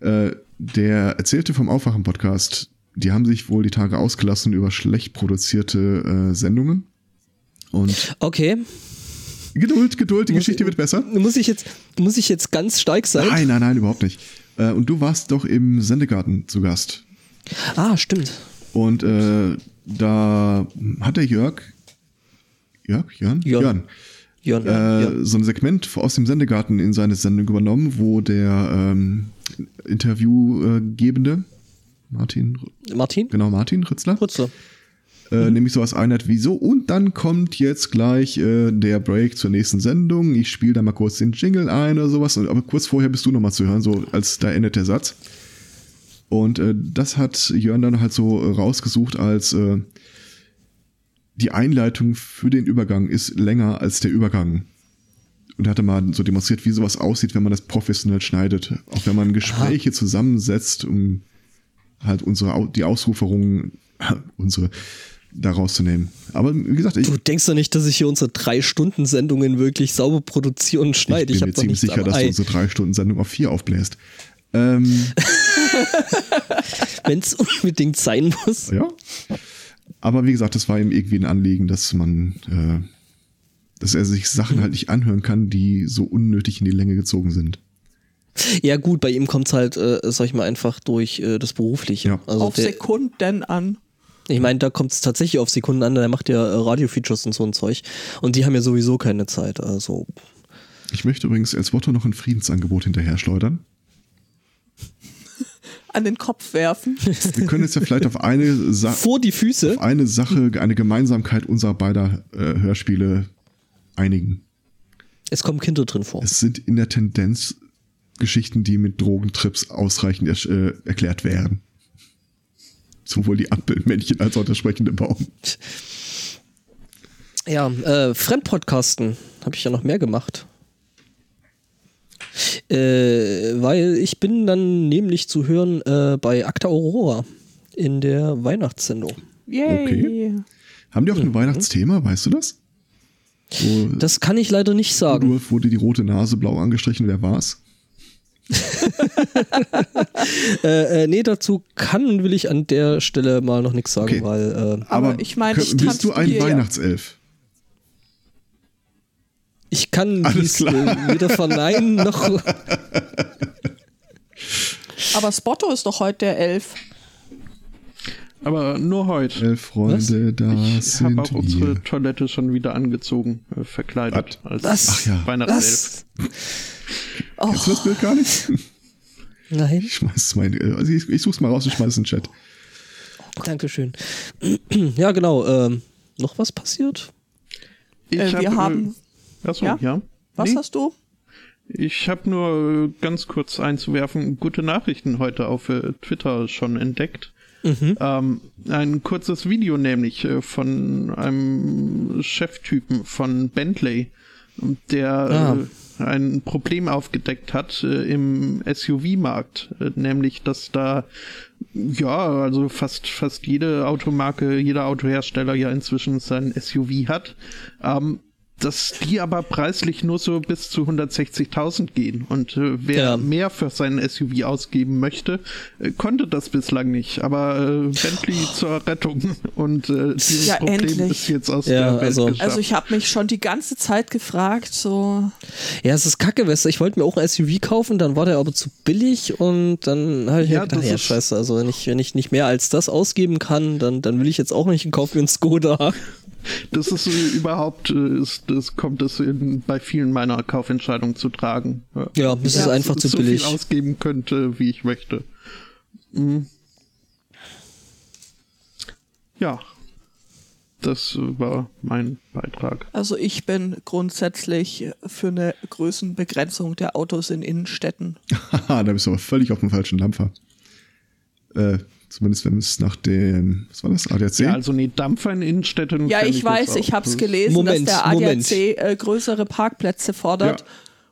Speaker 3: Äh, der erzählte vom Aufwachen-Podcast, die haben sich wohl die Tage ausgelassen über schlecht produzierte äh, Sendungen. Und
Speaker 1: Okay,
Speaker 3: Geduld, Geduld, die Geschichte wird besser.
Speaker 1: muss ich jetzt, muss ich jetzt ganz steig sein?
Speaker 3: Nein, nein, nein, überhaupt nicht. Äh, und du warst doch im Sendegarten zu Gast.
Speaker 1: Ah, stimmt.
Speaker 3: Und äh, da hat der Jörg, Jörg, Jörn,
Speaker 1: Jörn.
Speaker 3: Jörn,
Speaker 1: Jörn, ja.
Speaker 3: äh, so ein Segment aus dem Sendegarten in seine Sendung übernommen, wo der ähm, Interviewgebende Martin,
Speaker 1: Martin?
Speaker 3: genau Martin Ritzler,
Speaker 1: Putze.
Speaker 3: äh, nämlich sowas einheit wie so und dann kommt jetzt gleich äh, der Break zur nächsten Sendung. Ich spiele da mal kurz den Jingle ein oder sowas, und- aber kurz vorher bist du nochmal zu hören, so als da endet der Satz. Und äh, das hat Jörn dann halt so äh, rausgesucht als äh, die Einleitung für den Übergang ist länger als der Übergang. Und hatte mal so demonstriert, wie sowas aussieht, wenn man das professionell schneidet. Auch wenn man Gespräche zusammensetzt, um halt unsere, Au- die Ausruferungen, <laughs> unsere, da rauszunehmen. Aber wie gesagt, ich,
Speaker 1: Du denkst doch nicht, dass ich hier unsere drei Stunden Sendungen wirklich sauber produziere und
Speaker 3: ich
Speaker 1: schneide.
Speaker 3: bin
Speaker 1: Ich, hab
Speaker 3: mir
Speaker 1: doch
Speaker 3: ziemlich
Speaker 1: nichts
Speaker 3: sicher,
Speaker 1: am
Speaker 3: dass du
Speaker 1: Ei.
Speaker 3: unsere drei Stunden Sendung auf vier aufbläst. Ähm,
Speaker 1: wenn es <laughs> unbedingt sein muss.
Speaker 3: ja. Aber wie gesagt, das war ihm irgendwie ein Anliegen, dass man, äh, dass er sich Sachen halt nicht anhören kann, die so unnötig in die Länge gezogen sind.
Speaker 1: Ja gut, bei ihm kommt es halt, äh, sag ich mal, einfach durch äh, das Berufliche.
Speaker 3: Ja.
Speaker 1: Also
Speaker 4: Auf
Speaker 1: der,
Speaker 4: Sekunden an.
Speaker 1: ich meine, da kommt es tatsächlich auf Sekunden an, der macht ja äh, Radio-Features und so ein Zeug. Und die haben ja sowieso keine Zeit. Also
Speaker 3: Ich möchte übrigens als Wotto noch ein Friedensangebot hinterher schleudern.
Speaker 4: An den
Speaker 1: <laughs>
Speaker 4: Kopf werfen.
Speaker 3: Wir können jetzt ja vielleicht auf eine, Sa
Speaker 1: vor die Füße.
Speaker 3: auf eine Sache, eine Gemeinsamkeit unserer beider äh, Hörspiele einigen.
Speaker 1: Es kommen Kinder drin vor.
Speaker 3: Es sind in der Tendenz Geschichten, die mit Drogentrips ausreichend äh, erklärt werden. Sowohl die Ampelmännchen als auch der sprechende Baum.
Speaker 1: Ja, äh, Fremdpodcasten habe ich ja noch mehr gemacht. Äh, weil ich bin dann nämlich zu hören äh, bei Akta Aurora in der Weihnachtssendung.
Speaker 3: Äh.
Speaker 4: Yay.
Speaker 3: Okay. Haben die auch ein
Speaker 4: Mhm.
Speaker 3: Weihnachtsthema, weißt du das? Wo
Speaker 1: Das kann ich leider nicht
Speaker 4: Ähm.
Speaker 1: sagen.
Speaker 3: Rudolf wurde die rote Nase blau angestrichen, wer war's?
Speaker 1: Äh, äh, nee, dazu kann und will ich an der Stelle mal noch nichts sagen,
Speaker 3: Okay.
Speaker 1: weil äh,
Speaker 4: Aber ich meine,
Speaker 3: kö-
Speaker 4: ich tanz
Speaker 3: bist du ein
Speaker 4: dir ja.
Speaker 3: Weihnachtself?
Speaker 1: ich kann
Speaker 3: Alles
Speaker 1: dies
Speaker 3: klar.
Speaker 1: äh, weder verneinen noch.
Speaker 4: Aber Spotto ist doch heute der Elf.
Speaker 2: Aber nur heute.
Speaker 3: Elf Äh, Freunde,
Speaker 2: Ich
Speaker 3: das
Speaker 2: habe
Speaker 3: sind
Speaker 2: auch unsere
Speaker 3: wir.
Speaker 2: Toilette schon wieder angezogen, äh, verkleidet. Als
Speaker 1: Was?
Speaker 3: Ach ja.
Speaker 2: Weihnachtself.
Speaker 1: Was?
Speaker 3: Kennst du das Bild gar nicht? <laughs>
Speaker 1: Nein,
Speaker 3: Ich schmeiß es mein, also ich, ich such's mal raus und schmeiß in den Chat.
Speaker 1: Dankeschön. <clears throat> ja, genau. Ähm, noch was passiert?
Speaker 2: Ich
Speaker 4: Äh, wir haben-
Speaker 2: Äh, achso,
Speaker 4: Ja?
Speaker 2: ja?
Speaker 4: Was
Speaker 2: Nee,
Speaker 4: hast du?
Speaker 2: Ich habe nur äh, ganz kurz einzuwerfen, gute Nachrichten heute auf äh, Twitter schon entdeckt.
Speaker 4: Mhm.
Speaker 2: Ähm, ein kurzes Video nämlich äh, von einem Cheftypen von Bentley, der
Speaker 4: Ah.
Speaker 2: äh, ein Problem aufgedeckt hat äh, im SUV-Markt, äh, nämlich dass da ja, also fast fast jede Automarke, jeder Autohersteller ja inzwischen sein SUV hat. Ähm, dass die aber preislich nur so bis zu 160.000 gehen. Und äh, wer
Speaker 1: Ja.
Speaker 2: mehr für seinen SUV ausgeben möchte, äh, konnte das bislang nicht. Aber äh, Bentley
Speaker 1: Oh.
Speaker 2: zur Rettung. Und äh, dieses
Speaker 4: Ja,
Speaker 2: Problem
Speaker 4: endlich.
Speaker 2: ist jetzt aus
Speaker 1: Ja,
Speaker 2: der Welt
Speaker 1: also-
Speaker 2: geschafft.
Speaker 4: Also ich habe mich schon die ganze Zeit gefragt, so
Speaker 1: Ja, es ist kacke, weißt du, ich wollte mir auch ein SUV kaufen, dann war der aber zu billig und dann habe ich
Speaker 2: Ja,
Speaker 1: mir gedacht,
Speaker 2: das
Speaker 1: ja,
Speaker 2: ist-
Speaker 1: scheiße, also wenn ich, wenn ich nicht mehr als das ausgeben kann, dann, dann will ich jetzt auch nicht und kaufe mir einen Skoda. <laughs>
Speaker 2: das ist äh, überhaupt, äh, ist, das kommt es in, bei vielen meiner Kaufentscheidungen zu tragen.
Speaker 1: Ja, das ist einfach zu
Speaker 2: so
Speaker 1: billig.
Speaker 2: viel ausgeben könnte, wie ich möchte. Mhm.
Speaker 1: Mhm.
Speaker 2: Ja. Das war mein Beitrag.
Speaker 4: Also ich bin grundsätzlich für eine Größenbegrenzung der Autos in Innenstädten.
Speaker 3: Haha, da bist du aber völlig auf dem falschen Dampfer. Äh, zumindest wenn es nach dem, was war das, ADAC?
Speaker 2: Ja, also nee, Dampfer in Innenstädten.
Speaker 4: Ja,
Speaker 2: kenn
Speaker 4: ich weiß,
Speaker 2: jetzt
Speaker 4: ich
Speaker 2: auch. Hm.
Speaker 4: habe es gelesen,
Speaker 1: Moment,
Speaker 4: dass der
Speaker 1: Moment.
Speaker 4: ADAC äh, größere Parkplätze fordert.
Speaker 3: Ja.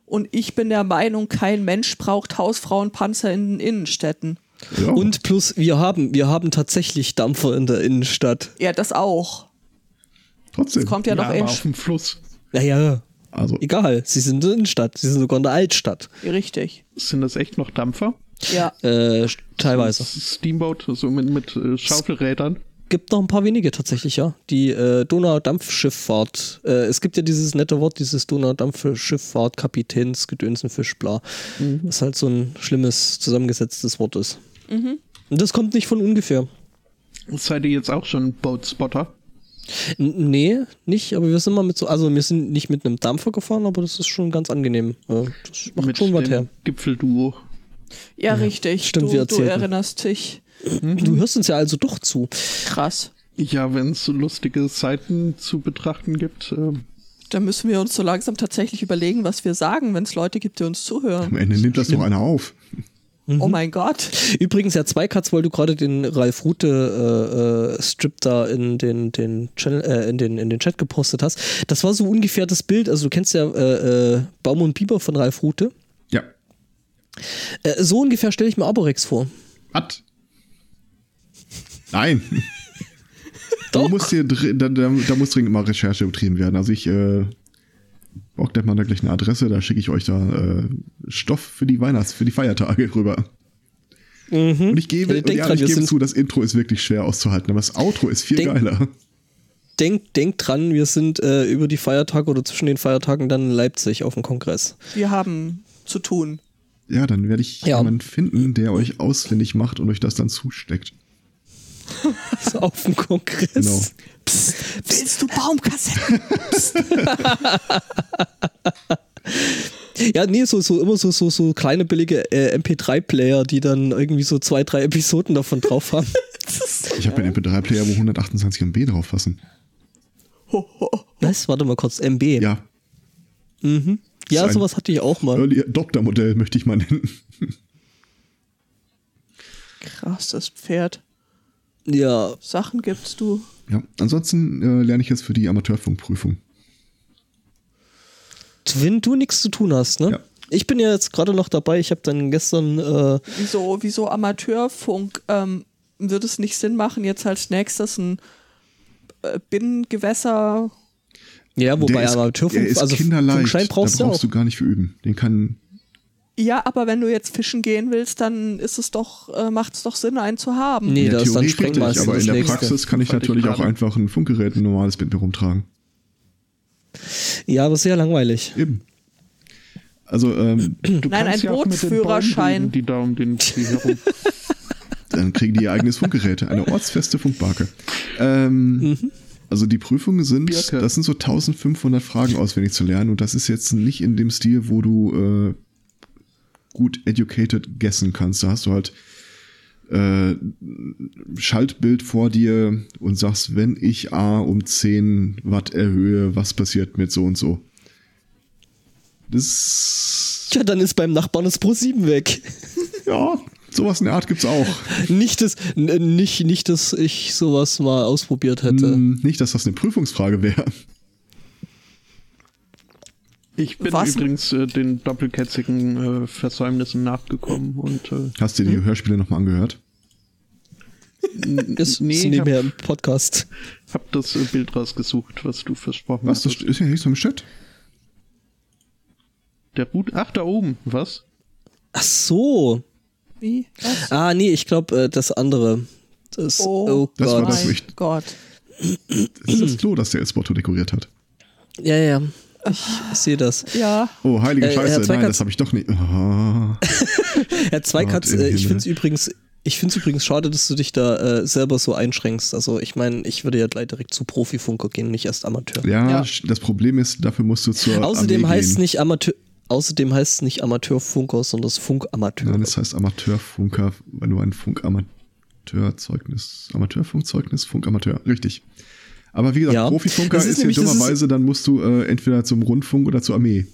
Speaker 4: Und ich bin der Meinung, kein Mensch braucht Hausfrauenpanzer in den Innenstädten.
Speaker 3: ja.
Speaker 1: Und plus, wir haben, wir haben tatsächlich Dampfer in der Innenstadt.
Speaker 4: Ja, das auch.
Speaker 3: trotzdem.
Speaker 4: Das kommt ja,
Speaker 2: Ja,
Speaker 4: noch
Speaker 2: aber auf
Speaker 4: echt.
Speaker 2: dem Fluss
Speaker 1: Naja,
Speaker 3: also,
Speaker 1: egal, sie sind in der Innenstadt, sie sind sogar in der Altstadt.
Speaker 4: Richtig.
Speaker 2: sind das echt noch Dampfer.
Speaker 4: Ja.
Speaker 1: Äh, teilweise.
Speaker 2: Steamboat, so mit, mit äh, Schaufelrädern.
Speaker 1: Gibt noch ein paar wenige tatsächlich, ja. Die äh, Donaudampfschifffahrt. Äh, es gibt ja dieses nette Wort, dieses Donaudampfschifffahrt, Kapitäns, Gedönsenfisch, bla. Was halt so ein schlimmes, zusammengesetztes Wort ist. Und das kommt nicht von ungefähr.
Speaker 2: Seid ihr jetzt auch schon Boatspotter?
Speaker 1: N nee, nicht, aber wir sind mal mit so, also wir sind nicht mit einem Dampfer gefahren, aber das ist schon ganz angenehm. Äh, das macht
Speaker 2: mit
Speaker 1: schon was
Speaker 2: dem
Speaker 1: her.
Speaker 2: Gipfelduo.
Speaker 4: Ja, richtig.
Speaker 1: stimmt, wir
Speaker 4: du, du
Speaker 1: erzählten.
Speaker 4: erinnerst dich.
Speaker 1: Du hörst uns ja also doch zu.
Speaker 4: Krass.
Speaker 2: Ja, wenn es so lustige Seiten zu betrachten gibt. ähm,
Speaker 4: Da müssen wir uns so langsam tatsächlich überlegen, was wir sagen, wenn es Leute gibt, die uns zuhören.
Speaker 3: am Ende nimmt das noch einer auf.
Speaker 4: Oh mein Gott.
Speaker 1: Übrigens, ja, Zweikatz, weil du gerade den Ralf Rute äh, äh, Strip da in den, den Channel, äh, in den in den Chat gepostet hast. Das war so ungefähr das Bild. Also du kennst ja äh, äh, Baum und Biber von Ralf Rute.
Speaker 3: Ja.
Speaker 1: Äh, so ungefähr stelle ich mir Aborex vor.
Speaker 3: At.
Speaker 1: <laughs>
Speaker 3: Nein.
Speaker 1: Doch.
Speaker 3: Du musst hier, dr- da, da, da muss dringend mal Recherche betrieben werden. Also ich, äh, Bock mal da gleich eine Adresse, da schicke ich euch da äh, Stoff für die Weihnachts-, für die Feiertage rüber. Und ich
Speaker 1: Mhm.
Speaker 3: gebe,
Speaker 1: Ja,
Speaker 3: und
Speaker 1: denk
Speaker 3: ja,
Speaker 1: dran,
Speaker 3: ich
Speaker 1: wir
Speaker 3: gebe
Speaker 1: sind-
Speaker 3: zu, das Intro ist wirklich schwer auszuhalten, aber das Outro ist viel
Speaker 1: Denk-
Speaker 3: geiler.
Speaker 1: Denk, denk dran, wir sind äh, über die Feiertage oder zwischen den Feiertagen dann in Leipzig auf dem Kongress. <laughs>
Speaker 4: Wir haben zu tun.
Speaker 3: Ja, dann werde ich
Speaker 1: Ja.
Speaker 3: jemanden finden, der euch ausfindig macht und euch das dann zusteckt.
Speaker 1: Also auf dem Kongress.
Speaker 3: Genau.
Speaker 4: Willst du Baumkassetten?
Speaker 1: Ja, nee, so, so immer so, so, so kleine billige äh, MP3-Player, die dann irgendwie so zwei, drei Episoden davon drauf haben.
Speaker 3: Ich habe einen MP3-Player, wo 128 MB drauf passen.
Speaker 1: Was? Warte mal kurz, MB.
Speaker 3: Ja.
Speaker 1: Ja,
Speaker 3: ein
Speaker 1: sowas hatte ich auch mal.
Speaker 3: Early Adopter Modell möchte ich mal nennen.
Speaker 4: Krasses Pferd.
Speaker 1: Ja,
Speaker 4: Sachen gibst du.
Speaker 3: Ja, ansonsten äh, lerne ich jetzt für die Amateurfunkprüfung.
Speaker 1: wenn du nichts zu tun hast, ne?
Speaker 3: Ja.
Speaker 1: Ich bin ja jetzt gerade noch dabei. Ich habe dann gestern äh,
Speaker 4: Wieso, wieso Amateurfunk? Ähm, würde es nicht Sinn machen, jetzt als nächstes ein äh, Binnengewässer?
Speaker 1: Ja, wobei
Speaker 3: der ist, der
Speaker 1: Amateurfunk,
Speaker 3: ist
Speaker 1: also
Speaker 3: kinderleicht.
Speaker 1: Funkschein brauchst
Speaker 3: da
Speaker 1: du auch.
Speaker 3: brauchst du gar nicht für üben. Den kann
Speaker 4: Ja, aber wenn du jetzt fischen gehen willst, dann ist es doch, äh, macht es doch Sinn, einen zu haben.
Speaker 1: Nee,
Speaker 3: in der
Speaker 1: das ist dann
Speaker 3: Theorie richtig,
Speaker 1: Sprengmeister
Speaker 3: aber
Speaker 1: das
Speaker 3: in der
Speaker 1: nächste.
Speaker 3: Praxis kann ich
Speaker 2: Fand ich
Speaker 3: natürlich auch
Speaker 2: gerade.
Speaker 3: einfach ein Funkgerät, ein normales mit mir rumtragen.
Speaker 1: Ja, aber sehr langweilig.
Speaker 3: Eben. Also
Speaker 1: <clears throat>
Speaker 3: ähm,
Speaker 2: Du
Speaker 4: Nein,
Speaker 2: kannst
Speaker 4: ein
Speaker 2: ja auch mit den Bäumen
Speaker 4: Bootsführerschein.
Speaker 2: reden, Die da um den See herum.
Speaker 3: dann kriegen die ihr eigenes Funkgerät, eine ortsfeste Funkbarke. Ähm, Also die Prüfungen sind,
Speaker 2: Birke.
Speaker 3: das sind so 1500 Fragen auswendig zu lernen und das ist jetzt nicht in dem Stil, wo du äh, gut educated guessen kannst. Da hast du halt äh, Schaltbild vor dir und sagst, wenn ich A um 10 Watt erhöhe, was passiert mit so und so. Das
Speaker 1: Tja, dann ist beim Nachbarn das Pro 7 weg. <laughs>
Speaker 3: ja, sowas in der Art gibt's auch.
Speaker 1: Nicht, dass, n- nicht, nicht, dass ich sowas mal ausprobiert hätte.
Speaker 3: Hm, Nicht, dass das eine Prüfungsfrage wäre.
Speaker 2: <laughs> Ich bin
Speaker 4: Was?
Speaker 2: übrigens äh, den doppelkätzigen äh, Versäumnissen nachgekommen und äh,
Speaker 3: Hast du dir die
Speaker 1: Hm?
Speaker 3: Hörspiele nochmal angehört?
Speaker 1: Das
Speaker 2: nee,
Speaker 1: ist
Speaker 2: ich hab-
Speaker 1: nebenher im Podcast.
Speaker 2: hab das äh, Bild rausgesucht, was du versprochen
Speaker 3: Was? Das
Speaker 2: hast.
Speaker 3: ist ja nicht so im Chat.
Speaker 2: Der Boot, ach, da oben, was?
Speaker 1: Ach so.
Speaker 4: Wie? Was?
Speaker 1: Ah, nee, ich glaube, äh, das andere. Das,
Speaker 4: Oh.
Speaker 1: oh,
Speaker 3: Das war
Speaker 1: Gott.
Speaker 3: das
Speaker 4: mein
Speaker 3: nicht.
Speaker 4: Gott.
Speaker 3: Das
Speaker 1: Hm.
Speaker 3: ist das Klo, das der Elspoto dekoriert hat.
Speaker 1: Ja, ja. Ich sehe das.
Speaker 4: Ja,
Speaker 3: Oh, heilige
Speaker 1: Äh, Herr
Speaker 3: Scheiße. Nein,
Speaker 1: Zweikatz-
Speaker 3: das habe ich doch nicht. Ah.
Speaker 1: Herr Zweikatz,
Speaker 3: Gott im
Speaker 1: äh, ich
Speaker 3: Himmel.
Speaker 1: finde es übrigens. Ich finde es übrigens schade, dass du dich da äh, selber so einschränkst. Also ich meine, ich würde ja gleich direkt zu Profifunker gehen, nicht erst Amateur.
Speaker 3: Ja,
Speaker 4: Ja.
Speaker 3: sch- das Problem ist, dafür musst du zur
Speaker 1: Außerdem
Speaker 3: Armee
Speaker 1: heißt
Speaker 3: gehen.
Speaker 1: nicht Amateur. Außerdem heißt es nicht Amateurfunker, sondern es Funkamateur.
Speaker 3: Nein, das heißt Amateurfunker, weil du ein Funkamateurzeugnis, Amateurfunkzeugnis, Funkamateur, richtig. Aber wie gesagt,
Speaker 1: Ja.
Speaker 3: Profifunker
Speaker 1: Das ist
Speaker 3: ist, ja
Speaker 1: nämlich- das ist-
Speaker 3: dummerweise, dann musst du äh, entweder zum Rundfunk oder zur Armee.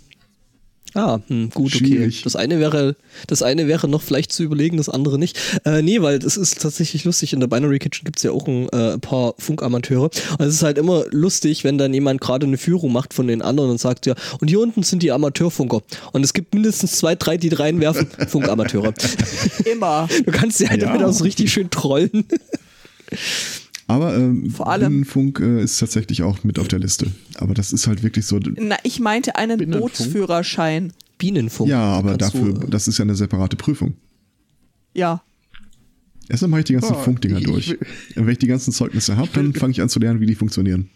Speaker 1: Ah, hm, gut, okay.
Speaker 3: Schwierig.
Speaker 1: Das eine wäre, das eine wäre noch vielleicht zu überlegen, das andere nicht. Äh, nee, weil es ist tatsächlich lustig. In der Binary Kitchen gibt es ja auch ein äh, paar Funkamateure. Und es ist halt immer lustig, wenn dann jemand gerade eine Führung macht von den anderen und sagt, ja, und hier unten sind die Amateurfunker. Und es gibt mindestens zwei, drei, die
Speaker 3: <laughs>
Speaker 1: reinwerfen, Funkamateure. <laughs>
Speaker 4: immer.
Speaker 1: Du kannst sie halt
Speaker 3: Ja.
Speaker 1: damit auch so richtig schön trollen. <laughs>
Speaker 3: Aber ähm,
Speaker 4: Vor allem-
Speaker 3: Binnenfunk äh, ist tatsächlich auch mit auf der Liste. Aber das ist halt wirklich so.
Speaker 4: Na, ich meinte einen
Speaker 2: Binnenfunk.
Speaker 4: Bootsführerschein.
Speaker 1: Bienenfunk.
Speaker 3: Ja, aber
Speaker 1: Kannst
Speaker 3: dafür,
Speaker 1: du, äh,
Speaker 3: das ist ja eine separate Prüfung.
Speaker 4: Ja.
Speaker 3: Erstmal mache ich die ganzen
Speaker 2: Oh,
Speaker 3: Funkdinger
Speaker 2: ich- ich
Speaker 3: durch.
Speaker 2: will-
Speaker 3: Wenn ich die ganzen Zeugnisse habe,
Speaker 2: <laughs>
Speaker 3: dann fange ich an zu lernen, wie die funktionieren.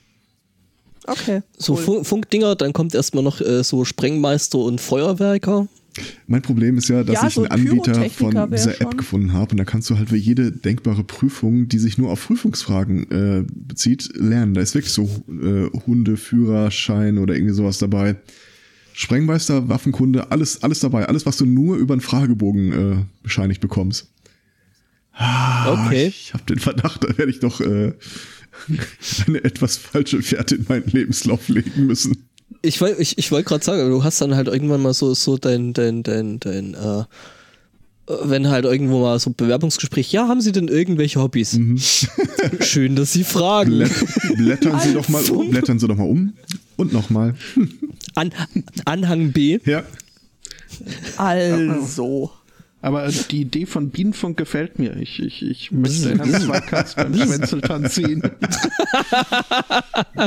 Speaker 4: Okay.
Speaker 1: so Fun- Funkdinger, dann kommt erstmal noch äh, so Sprengmeister und Feuerwerker.
Speaker 3: Mein Problem ist ja, dass
Speaker 4: Ja,
Speaker 3: ich
Speaker 4: so
Speaker 3: einen Anbieter
Speaker 4: Pyrotechniker
Speaker 3: von
Speaker 4: wär
Speaker 3: dieser App
Speaker 4: schon.
Speaker 3: gefunden habe und da kannst du halt für jede denkbare Prüfung, die sich nur auf Prüfungsfragen äh, bezieht, lernen. Da ist wirklich so äh, Hundeführerschein oder irgendwie sowas dabei. Sprengmeister, Waffenkunde, alles, alles dabei. Alles, was du nur über einen Fragebogen äh, bescheinigt bekommst. Ah,
Speaker 1: Okay.
Speaker 3: Ich habe den Verdacht, da werde ich doch äh, <laughs> eine etwas falsche Fährte in meinen Lebenslauf legen müssen.
Speaker 1: Ich, woll- ich, ich wollte gerade sagen, aber du hast dann halt irgendwann mal so, so dein, dein, dein, dein, äh, wenn halt irgendwo mal so Bewerbungsgespräch, ja, haben Sie denn irgendwelche Hobbys? <laughs> Schön, dass Sie fragen.
Speaker 3: Blät blättern Sie doch mal um. Blättern Sie doch mal um. Und nochmal.
Speaker 1: An, Anhang B.
Speaker 3: Ja.
Speaker 4: Also.
Speaker 2: Aber äh, die Idee von Bienenfunk gefällt mir. Ich, ich, ich möchte Herrn Zweikatz beim Schwänzeltanz sehen.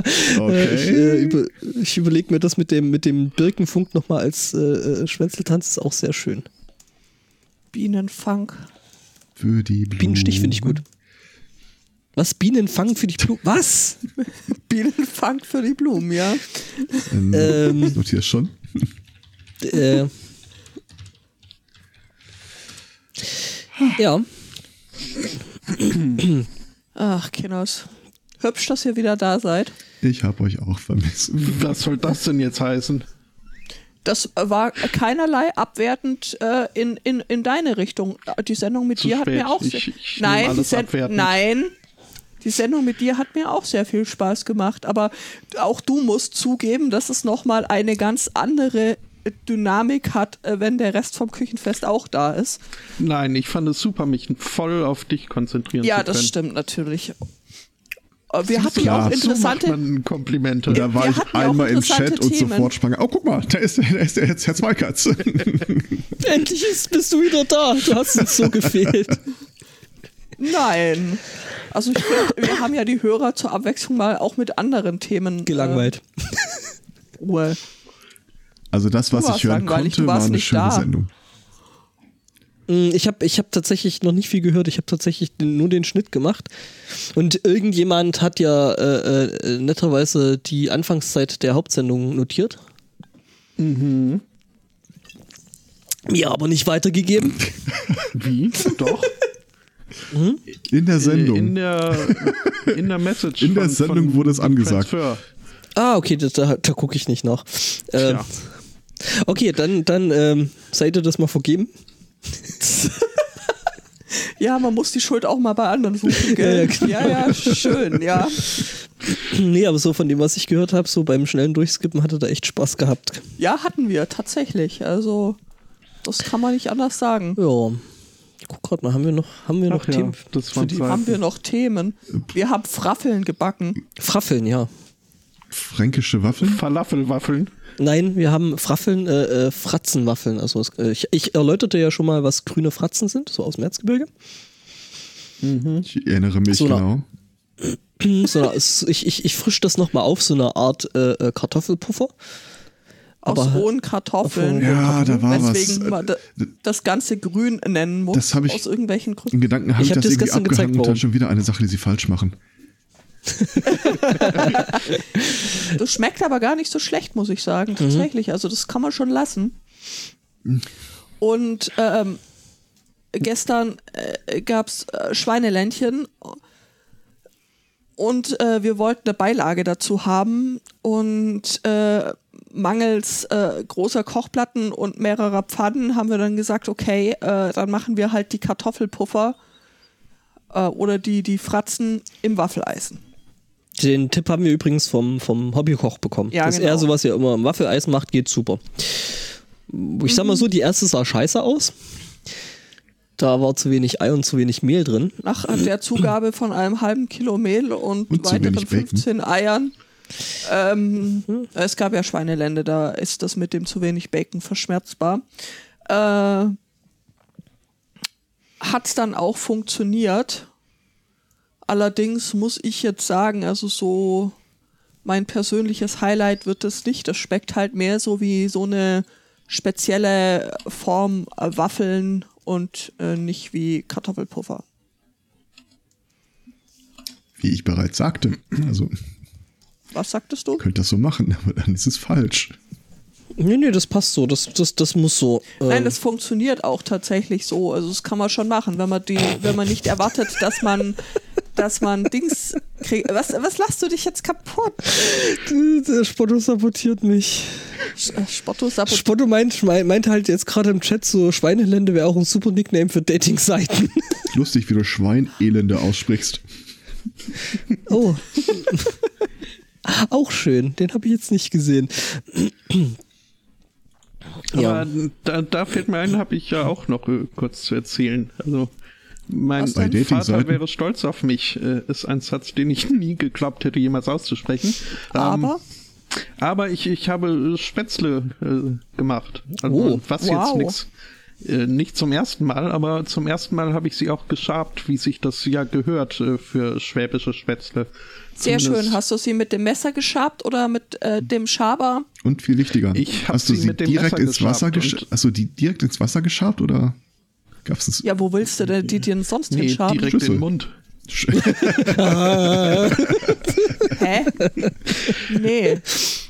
Speaker 1: Ich,
Speaker 3: Okay.
Speaker 1: äh, über, ich überlege mir das mit dem, mit dem Birkenfunk nochmal als äh, äh, Schwänzeltanz, ist auch sehr schön.
Speaker 4: Bienenfunk.
Speaker 3: Für die Blumen.
Speaker 1: Bienenstich finde ich gut. Was? Bienenfang für die Blumen? Was?
Speaker 4: Bienenfunk für die Blumen, ja.
Speaker 3: Ähm,
Speaker 1: Ähm.
Speaker 3: ich notiere es schon.
Speaker 1: äh, ja.
Speaker 4: Ach, Kinders. Hübsch, dass ihr wieder da seid.
Speaker 3: Ich habe euch auch vermisst.
Speaker 2: Was soll das denn jetzt heißen?
Speaker 4: Das war keinerlei abwertend äh, in, in, in deine Richtung. Die Sendung mit
Speaker 2: Zu
Speaker 4: dir
Speaker 2: spät.
Speaker 4: hat mir auch
Speaker 2: Ich-
Speaker 4: sehr
Speaker 2: ich nehme
Speaker 4: nein, die
Speaker 2: alles
Speaker 4: Sen
Speaker 2: abwertend.
Speaker 4: nein, die Sendung mit dir hat mir auch sehr viel Spaß gemacht. Aber auch du musst zugeben, dass es nochmal eine ganz andere Dynamik hat, äh, wenn der Rest vom Küchenfest auch da ist.
Speaker 2: Nein, ich fand es super, mich voll auf dich konzentrieren
Speaker 4: ja,
Speaker 2: zu können.
Speaker 4: das stimmt natürlich. Äh, Wir hatten
Speaker 3: klar.
Speaker 4: auch
Speaker 3: So
Speaker 4: interessante.
Speaker 2: So macht man Komplimente.
Speaker 3: Da war
Speaker 4: wir
Speaker 3: ich
Speaker 4: hatten ja auch
Speaker 3: einmal im
Speaker 4: interessante
Speaker 3: Chat und
Speaker 4: Themen.
Speaker 3: sofort sprang, er, oh guck mal, da ist, da ist der Herr
Speaker 1: <laughs>
Speaker 3: Zweikatz.
Speaker 1: Endlich ist, bist du wieder da. Du hast uns so gefehlt.
Speaker 4: Nein. Also ich find, wir haben ja die Hörer zur Abwechslung mal auch mit anderen Themen.
Speaker 1: Gelangweilt.
Speaker 4: Äh, Ruhe.
Speaker 3: Also das, was
Speaker 4: warst
Speaker 3: ich hören
Speaker 4: langweilig,
Speaker 3: konnte,
Speaker 4: du
Speaker 3: war
Speaker 4: warst
Speaker 3: eine
Speaker 4: nicht
Speaker 3: schöne
Speaker 4: da.
Speaker 3: Sendung.
Speaker 1: Mm, Ich habe ich hab tatsächlich noch nicht viel gehört. Ich habe tatsächlich den- nur den Schnitt gemacht. Und irgendjemand hat ja äh, äh, netterweise die Anfangszeit der Hauptsendung notiert.
Speaker 2: Mhm.
Speaker 1: Mir aber nicht weitergegeben.
Speaker 2: Wie? Doch.
Speaker 3: In der Sendung.
Speaker 2: Äh, In der, in der Message.
Speaker 3: <laughs> In der Sendung wurde es angesagt.
Speaker 2: Transfer.
Speaker 1: Ah, okay, da, da, da gucke ich nicht nach. Ähm,
Speaker 2: Tja.
Speaker 1: okay, dann, dann ähm, seid ihr das mal vergeben. <clears throat>
Speaker 4: Ja, man muss die Schuld auch mal bei anderen suchen, gell?
Speaker 3: genau.
Speaker 4: ja, ja, schön, ja.
Speaker 1: nee, aber so von dem, was ich gehört habe, so beim schnellen Durchskippen hatte da echt Spaß gehabt.
Speaker 4: Ja, hatten wir tatsächlich. Also, das kann man nicht anders sagen.
Speaker 1: Ja. Ich guck gerade mal, haben wir noch, haben wir noch
Speaker 2: Ach ja,
Speaker 1: Themen?
Speaker 2: das
Speaker 1: für
Speaker 2: waren
Speaker 1: die
Speaker 2: zwei.
Speaker 4: Haben wir noch Themen? Wir haben Fraffeln gebacken.
Speaker 1: Fraffeln, ja.
Speaker 3: Fränkische Waffeln?
Speaker 2: Falafelwaffeln.
Speaker 1: Nein, wir haben Fraffeln, äh, äh, Fratzenwaffeln. Also es, äh, ich, ich erläuterte ja schon mal, was grüne Fratzen sind, so aus dem Erzgebirge.
Speaker 3: Ich erinnere mich
Speaker 1: So, na.
Speaker 3: genau.
Speaker 1: So eine, es- ich ich, ich frisch das nochmal auf, so eine Art äh, äh, Kartoffelpuffer.
Speaker 4: Aus
Speaker 1: Aber-
Speaker 4: rohen Kartoffeln.
Speaker 3: Ja, da war was. Äh,
Speaker 4: Weswegen man da- das ganze grün nennen muss.
Speaker 3: Das hab ich-
Speaker 4: Aus irgendwelchen Gründen.
Speaker 3: In Gedanken habe
Speaker 1: Ich
Speaker 3: ich,
Speaker 1: hab
Speaker 3: das
Speaker 1: dir das
Speaker 3: irgendwie
Speaker 1: gestern gezeigt,
Speaker 3: abgehangen und
Speaker 1: warum.
Speaker 3: dann schon wieder eine Sache, die sie falsch machen.
Speaker 4: Das schmeckt aber gar nicht so schlecht, muss ich sagen, tatsächlich. Also das kann man schon lassen. Und ähm, gestern äh, gab es äh, Schweineländchen und äh, wir wollten eine Beilage dazu haben und äh, mangels äh, großer Kochplatten und mehrerer Pfannen haben wir dann gesagt, okay, äh, dann machen wir halt die Kartoffelpuffer äh, oder die, die Fratzen im Waffeleisen.
Speaker 1: Den Tipp haben wir übrigens vom, vom Hobbykoch bekommen.
Speaker 4: Ja,
Speaker 1: Dass
Speaker 4: genau.
Speaker 1: er sowas ja immer im Waffeleis macht, geht super. Ich sag mal so, die erste sah scheiße aus. Da war zu wenig Ei und zu wenig Mehl drin.
Speaker 4: Nach der Zugabe von einem halben Kilo Mehl und,
Speaker 3: Und zu
Speaker 4: weiteren
Speaker 3: wenig Bacon.
Speaker 4: 15 Eiern. Ähm, Es gab ja Schweinelände, da ist das mit dem zu wenig Bacon verschmerzbar. Äh, Hat es dann auch funktioniert. Allerdings muss ich jetzt sagen, also so mein persönliches Highlight wird das nicht. Das schmeckt halt mehr so wie so eine spezielle Form äh, Waffeln und äh, nicht wie Kartoffelpuffer.
Speaker 3: Wie ich bereits sagte. Also,
Speaker 4: Was sagtest du?
Speaker 3: könnt das so machen, aber dann ist es falsch.
Speaker 1: Nee, nee, das passt so. Das, das, das muss so.
Speaker 4: Nein,
Speaker 1: Ähm,
Speaker 4: das funktioniert auch tatsächlich so. Also das kann man schon machen, wenn man die, wenn man nicht erwartet, dass man, dass man Dings kriegt. Was, was lachst du dich jetzt kaputt?
Speaker 1: <laughs> Der Spotto sabotiert mich.
Speaker 4: Sch- Spotto Sabot.
Speaker 1: Spotto meint, meint halt jetzt gerade im Chat so, Schweinelände wäre auch ein super Nickname für Dating-Seiten.
Speaker 3: Lustig, wie du Schweinelende aussprichst.
Speaker 1: Oh. auch schön. Den habe ich jetzt nicht gesehen. ja.
Speaker 2: Aber da, da fällt mir ein, habe ich ja auch noch äh, kurz zu erzählen. Also mein
Speaker 4: Was denn?
Speaker 3: Bei Dating-Seiten?
Speaker 2: Vater wäre stolz auf mich, äh, ist ein Satz, den ich <laughs> nie geglaubt hätte, jemals auszusprechen. Ähm,
Speaker 4: Aber
Speaker 2: aber ich, ich habe Spätzle äh, gemacht. Also
Speaker 1: Oh,
Speaker 2: was
Speaker 4: wow.
Speaker 2: jetzt nix. Äh, nicht zum ersten Mal, aber zum ersten Mal habe ich sie auch geschabt, wie sich das ja gehört äh, für schwäbische Spätzle.
Speaker 4: sehr
Speaker 2: Zumindest-
Speaker 4: schön. Hast du sie mit dem Messer geschabt oder mit äh, dem Schaber?
Speaker 3: Und viel wichtiger,
Speaker 2: Ich hab
Speaker 3: hast du
Speaker 2: sie
Speaker 3: sie
Speaker 2: mit dem
Speaker 3: direkt
Speaker 2: Messer
Speaker 3: ins Wasser
Speaker 2: geschabt
Speaker 3: geschabt?
Speaker 2: und-
Speaker 3: Achso, die direkt ins Wasser geschabt oder gab es
Speaker 4: Ja, wo willst du denn die denn sonst
Speaker 2: Nee,
Speaker 4: hinschaben?
Speaker 2: direkt in
Speaker 3: Schlüssel.
Speaker 2: den Mund.
Speaker 4: Hä? nee.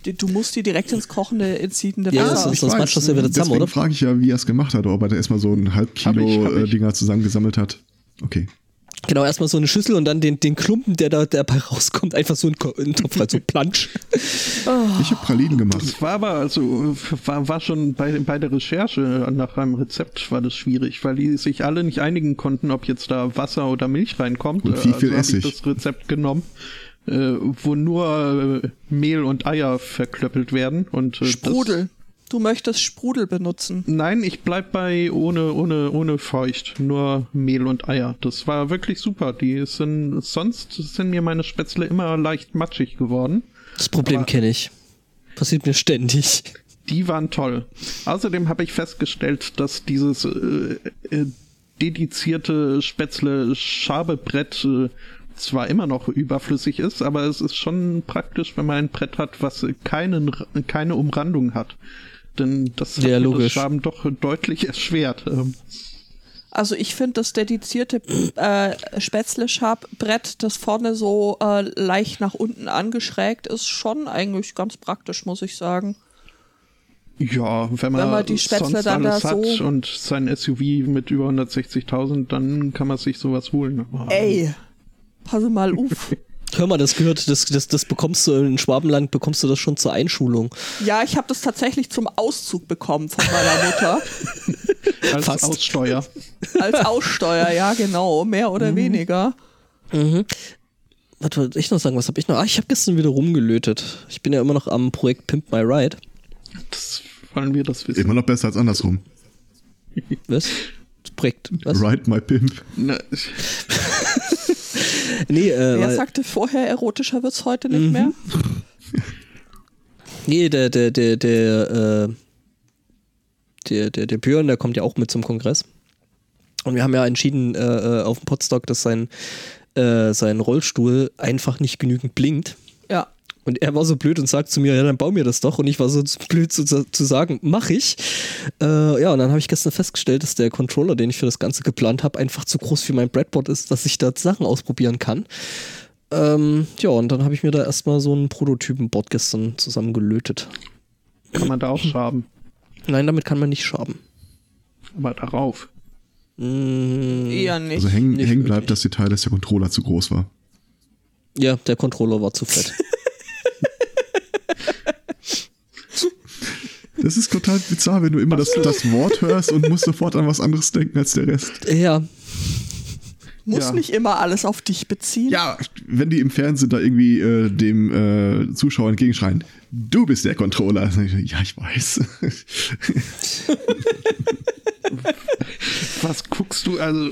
Speaker 4: Die- Du musst die direkt ins kochende, ins siedende
Speaker 1: Ja,
Speaker 4: Wasser.
Speaker 1: das ist- sonst matscht das ja wieder zusammen, oder?
Speaker 3: Deswegen frage ich ja, wie er es gemacht hat, ob er da erstmal so ein halb Kilo
Speaker 2: Hab ich, hab
Speaker 3: äh,
Speaker 2: ich.
Speaker 3: Dinger zusammengesammelt hat. Okay.
Speaker 1: Genau, erstmal so eine Schüssel und dann den, den Klumpen, der da dabei rauskommt, einfach so in Ko- in den Topf rein, so plansch.
Speaker 3: Ich habe Pralinen gemacht.
Speaker 2: Das war aber, also, äh, war, war schon bei, bei der Recherche nach einem Rezept war das schwierig, weil die sich alle nicht einigen konnten, ob jetzt da Wasser oder Milch reinkommt.
Speaker 3: Und wie
Speaker 2: Äh, also
Speaker 3: viel
Speaker 2: hab
Speaker 3: Essig?
Speaker 2: Ich das Rezept genommen, äh, wo nur äh, Mehl und Eier verklöppelt werden und äh,
Speaker 4: Sprudel.
Speaker 2: Das
Speaker 4: Du möchtest Sprudel benutzen.
Speaker 2: Nein, ich bleib bei ohne, ohne, ohne Feucht. Nur Mehl und Eier. Das war wirklich super. Die sind, sonst sind mir meine Spätzle immer leicht matschig geworden.
Speaker 1: Das Problem
Speaker 2: Aber-
Speaker 1: kenne ich. Passiert mir ständig.
Speaker 2: Die waren toll. Außerdem habe ich festgestellt, dass dieses äh, äh, dedizierte Spätzle-Schabebrett äh, zwar immer noch überflüssig ist, aber es ist schon praktisch, wenn man ein Brett hat, was äh, keinen, R- keine Umrandung hat. Denn das hat
Speaker 1: Ja,
Speaker 2: mir
Speaker 1: logisch.
Speaker 2: das Schaben doch deutlich erschwert. Ähm,
Speaker 4: Also ich finde das dedizierte äh, Spätzle-Schab-Brett, das vorne so äh, leicht nach unten angeschrägt ist, schon eigentlich ganz praktisch, muss ich sagen.
Speaker 2: Ja, wenn man,
Speaker 4: Wenn man die Spätzle
Speaker 2: sonst
Speaker 4: dann da
Speaker 2: alles hat
Speaker 4: so-
Speaker 2: und sein SUV mit über 160.000, dann kann man sich sowas holen. Aber-
Speaker 4: Ey, pass mal auf.
Speaker 1: <laughs> Hör mal, das gehört, das, das, das bekommst du in Schwabenland, bekommst du das schon zur Einschulung.
Speaker 4: Ja, ich habe das tatsächlich zum Auszug bekommen von meiner Mutter.
Speaker 2: Als
Speaker 1: Fast.
Speaker 2: Aussteuer.
Speaker 1: <laughs>
Speaker 4: Als Aussteuer, ja, genau. Mehr oder
Speaker 1: Mhm.
Speaker 4: weniger.
Speaker 1: Was wollte ich noch sagen? Was habe ich noch? Ah, ich habe gestern wieder rumgelötet. Ich bin ja immer noch am Projekt Pimp My Ride.
Speaker 2: Das wollen wir das wissen.
Speaker 3: Immer noch besser als andersrum.
Speaker 1: Was? Das Projekt. Was?
Speaker 3: Ride my Pimp.
Speaker 2: Na, Ne, ich-
Speaker 1: Nee, äh,
Speaker 4: Wer
Speaker 1: weil, Mhm.
Speaker 4: sagte vorher, erotischer wird's heute nicht mehr?
Speaker 1: nee, der, der, der, der, äh, der, der, der Björn, der kommt ja auch mit zum Kongress. Und wir haben ja entschieden äh, äh, auf dem Podstock, dass sein, äh, sein Rollstuhl einfach nicht genügend blinkt.
Speaker 4: Ja.
Speaker 1: Und er war so blöd und sagt zu mir, ja, dann bau mir das doch. Und ich war so zu- blöd zu, zu sagen, mach ich. Äh, ja, und dann habe ich gestern festgestellt, dass der Controller, den ich für das Ganze geplant habe, einfach zu groß für mein Breadboard ist, dass ich da Sachen ausprobieren kann. Ähm, ja, und dann habe ich mir da erstmal so einen Prototypenboard gestern zusammengelötet.
Speaker 2: kann man da auch schaben.
Speaker 1: Nein, damit kann man nicht schaben.
Speaker 2: Aber darauf.
Speaker 1: Mhm.
Speaker 4: Eher nicht.
Speaker 3: Also hängen,
Speaker 1: nicht
Speaker 3: hängen bleibt
Speaker 1: wirklich.
Speaker 3: das Detail, dass der Controller zu groß war.
Speaker 1: Ja, der Controller war zu fett.
Speaker 3: Das ist total bizarr, wenn du immer das, das Wort hörst und musst sofort an was anderes denken als der Rest.
Speaker 1: ja,
Speaker 4: Muss
Speaker 2: Ja.
Speaker 4: nicht immer alles auf dich beziehen.
Speaker 3: Ja, wenn die im Fernsehen da irgendwie äh, dem äh, Zuschauer entgegenschreien, du bist der Controller. Ja, ich weiß. <laughs>
Speaker 2: Was guckst du? Also, äh,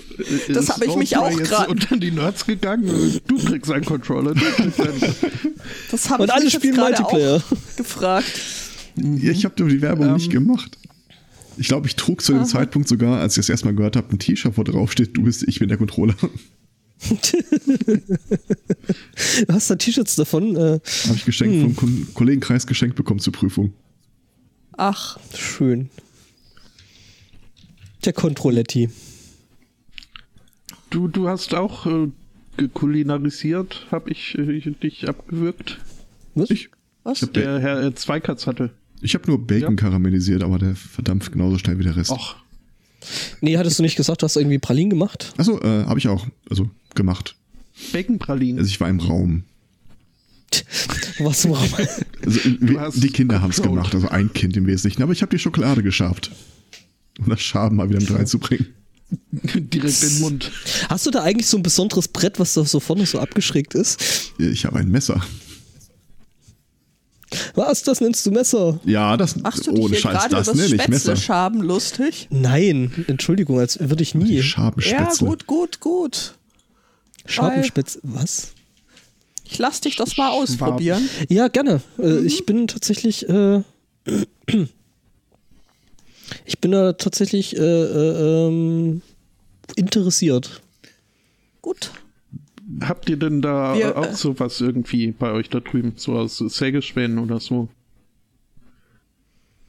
Speaker 4: Das
Speaker 2: ist
Speaker 4: habe ich mich auch
Speaker 2: Snowpiercer
Speaker 4: grad-
Speaker 2: unter die Nerds gegangen. Du kriegst einen Controller. Du kriegst einen.
Speaker 4: Das habe
Speaker 1: Und
Speaker 4: ich
Speaker 1: alle
Speaker 4: mich jetzt
Speaker 1: spielen
Speaker 4: gerade
Speaker 1: Multiplayer.
Speaker 4: auch gefragt.
Speaker 3: Ja, ich habe die Werbung
Speaker 2: Ähm.
Speaker 3: nicht gemacht. Ich glaube, ich trug zu dem Zeitpunkt sogar, als ich das erstmal gehört habe, ein T-Shirt, wo drauf steht, du bist, ich bin der Controller. <laughs> habe
Speaker 1: du hast da T-Shirts davon. Äh,
Speaker 3: ich
Speaker 2: Hm.
Speaker 3: geschenkt vom Kon- Kollegenkreis geschenkt bekommen zur Prüfung.
Speaker 4: Ach,
Speaker 1: schön. Der Controletti.
Speaker 2: Du, du hast auch äh, gekulinarisiert, habe ich äh, dich abgewürgt.
Speaker 1: Was?
Speaker 3: Ich,
Speaker 4: was?
Speaker 3: ich habe
Speaker 2: Der Herr äh, Zweikatz hatte.
Speaker 3: hab nur Bacon
Speaker 2: Ja.
Speaker 3: karamellisiert, aber der verdampft genauso schnell wie der Rest.
Speaker 2: Och,
Speaker 1: Nee, hattest du nicht gesagt, du hast irgendwie Pralinen gemacht?
Speaker 3: Achso, äh, habe ich auch. Also gemacht.
Speaker 2: Baconpralinen.
Speaker 3: Also ich war im Raum.
Speaker 1: Was im Raum?
Speaker 3: Also, äh, wir-
Speaker 2: hast
Speaker 3: die Kinder haben es
Speaker 2: geklaut.
Speaker 3: gemacht, also ein Kind im Wesentlichen. Aber ich habe die Schokolade geschafft. Um das Schaben mal wieder mit reinzubringen.
Speaker 2: Direkt in den Mund.
Speaker 1: <laughs> Hast du da eigentlich so ein besonderes Brett, was da so vorne so abgeschrägt ist?
Speaker 3: Ich habe ein Messer.
Speaker 1: Was, das nennst du Messer?
Speaker 3: Ja, das
Speaker 4: Machst du dich
Speaker 3: ohne
Speaker 4: hier
Speaker 3: Scheiß,
Speaker 4: gerade
Speaker 3: das
Speaker 4: über das
Speaker 3: nenne ich ne? Messer.
Speaker 4: Spätzle-Schaben lustig?
Speaker 1: Nein, Entschuldigung, als würde ich nie.
Speaker 3: Die Schabenspätzle.
Speaker 4: Ja, gut, gut, gut.
Speaker 1: Schabenspitz. Was?
Speaker 4: Ich lass dich das mal ausprobieren.
Speaker 1: Ja, gerne. Äh, Ich bin tatsächlich. Äh, <clears throat> ich bin da tatsächlich äh, äh, ähm, interessiert.
Speaker 4: Gut.
Speaker 2: Habt ihr denn da
Speaker 4: Wir,
Speaker 2: auch
Speaker 4: äh,
Speaker 2: sowas irgendwie bei euch da drüben? So aus Sägespänen oder so?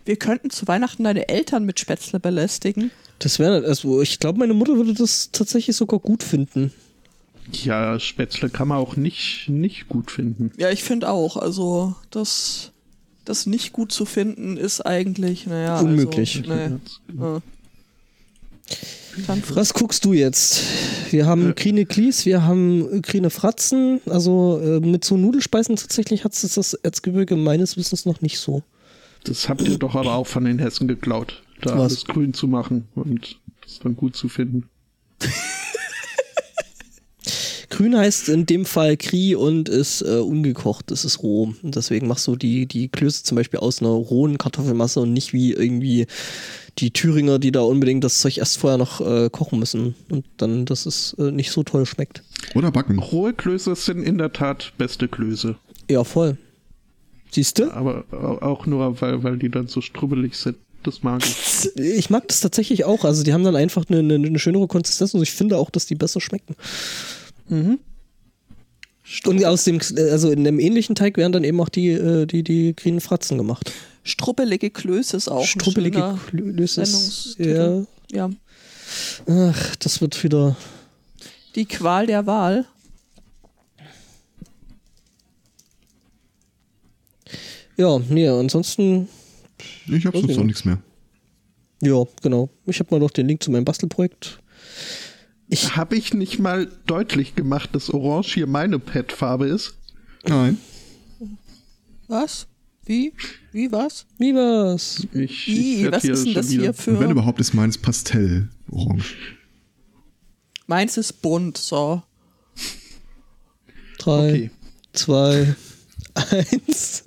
Speaker 4: Wir könnten zu Weihnachten deine Eltern mit Spätzle belästigen.
Speaker 1: Das wäre, also ich glaube, meine Mutter würde das tatsächlich sogar gut finden.
Speaker 2: Ja, Spätzle kann man auch nicht, nicht gut finden.
Speaker 4: Ja, ich finde auch. Also, das, das nicht gut zu finden ist eigentlich, naja.
Speaker 1: Unmöglich.
Speaker 4: Also, nee, äh. Dann fr-
Speaker 1: Was guckst du jetzt? Wir haben Krine Klies, wir haben Krine Fratzen. Also äh, mit so Nudelspeisen tatsächlich hat es das Erzgebirge meines Wissens noch nicht so.
Speaker 2: Das habt ihr doch aber auch von den Hessen geklaut, da
Speaker 1: Was?
Speaker 2: alles grün zu machen und das dann gut zu finden.
Speaker 1: grün heißt in dem Fall Krie und ist äh, ungekocht, das ist roh. Und deswegen machst du die, die Klöße zum Beispiel aus einer rohen Kartoffelmasse und nicht wie irgendwie die Thüringer, die da unbedingt das Zeug erst vorher noch äh, kochen müssen und dann, dass es äh, nicht so toll schmeckt.
Speaker 3: Oder backen.
Speaker 2: Rohe Klöße sind in der Tat beste Klöße.
Speaker 1: Ja, voll. Siehst du?
Speaker 2: Aber au- auch nur, weil, weil die dann so strubbelig sind. Das mag ich.
Speaker 1: Ich mag das tatsächlich auch. Also die haben dann einfach eine, eine, eine schönere Konsistenz und ich finde auch, dass die besser schmecken.
Speaker 4: Mhm.
Speaker 1: Und aus dem, also in einem ähnlichen Teig werden dann eben auch die, äh, die, die grünen Fratzen gemacht.
Speaker 4: Struppelige Klöße ist auch ein
Speaker 1: Struppelige
Speaker 4: schöner
Speaker 1: Klöße. ist- Ja.
Speaker 4: Sendungstitel. Ja.
Speaker 1: Ach, das wird wieder.
Speaker 4: Die Qual der Wahl.
Speaker 1: Ja, nee, ansonsten,
Speaker 3: Ich habe sonst
Speaker 1: Okay.
Speaker 3: auch nichts mehr.
Speaker 1: ja, genau. Ich habe mal noch den Link zu meinem Bastelprojekt.
Speaker 2: Habe ich nicht mal deutlich gemacht, dass Orange hier meine Pet-Farbe ist?
Speaker 3: Nein.
Speaker 4: Was? Wie? Wie was?
Speaker 1: Wie war's?
Speaker 2: Ich, ich
Speaker 4: Ih,
Speaker 2: werd
Speaker 4: was ist denn
Speaker 2: schon
Speaker 4: das
Speaker 2: wieder-
Speaker 4: hier
Speaker 3: Und wenn
Speaker 4: für.
Speaker 3: überhaupt ist meines Pastellorange.
Speaker 4: Meins ist bunt, so.
Speaker 1: Drei,
Speaker 2: Okay.
Speaker 1: zwei, <laughs> eins.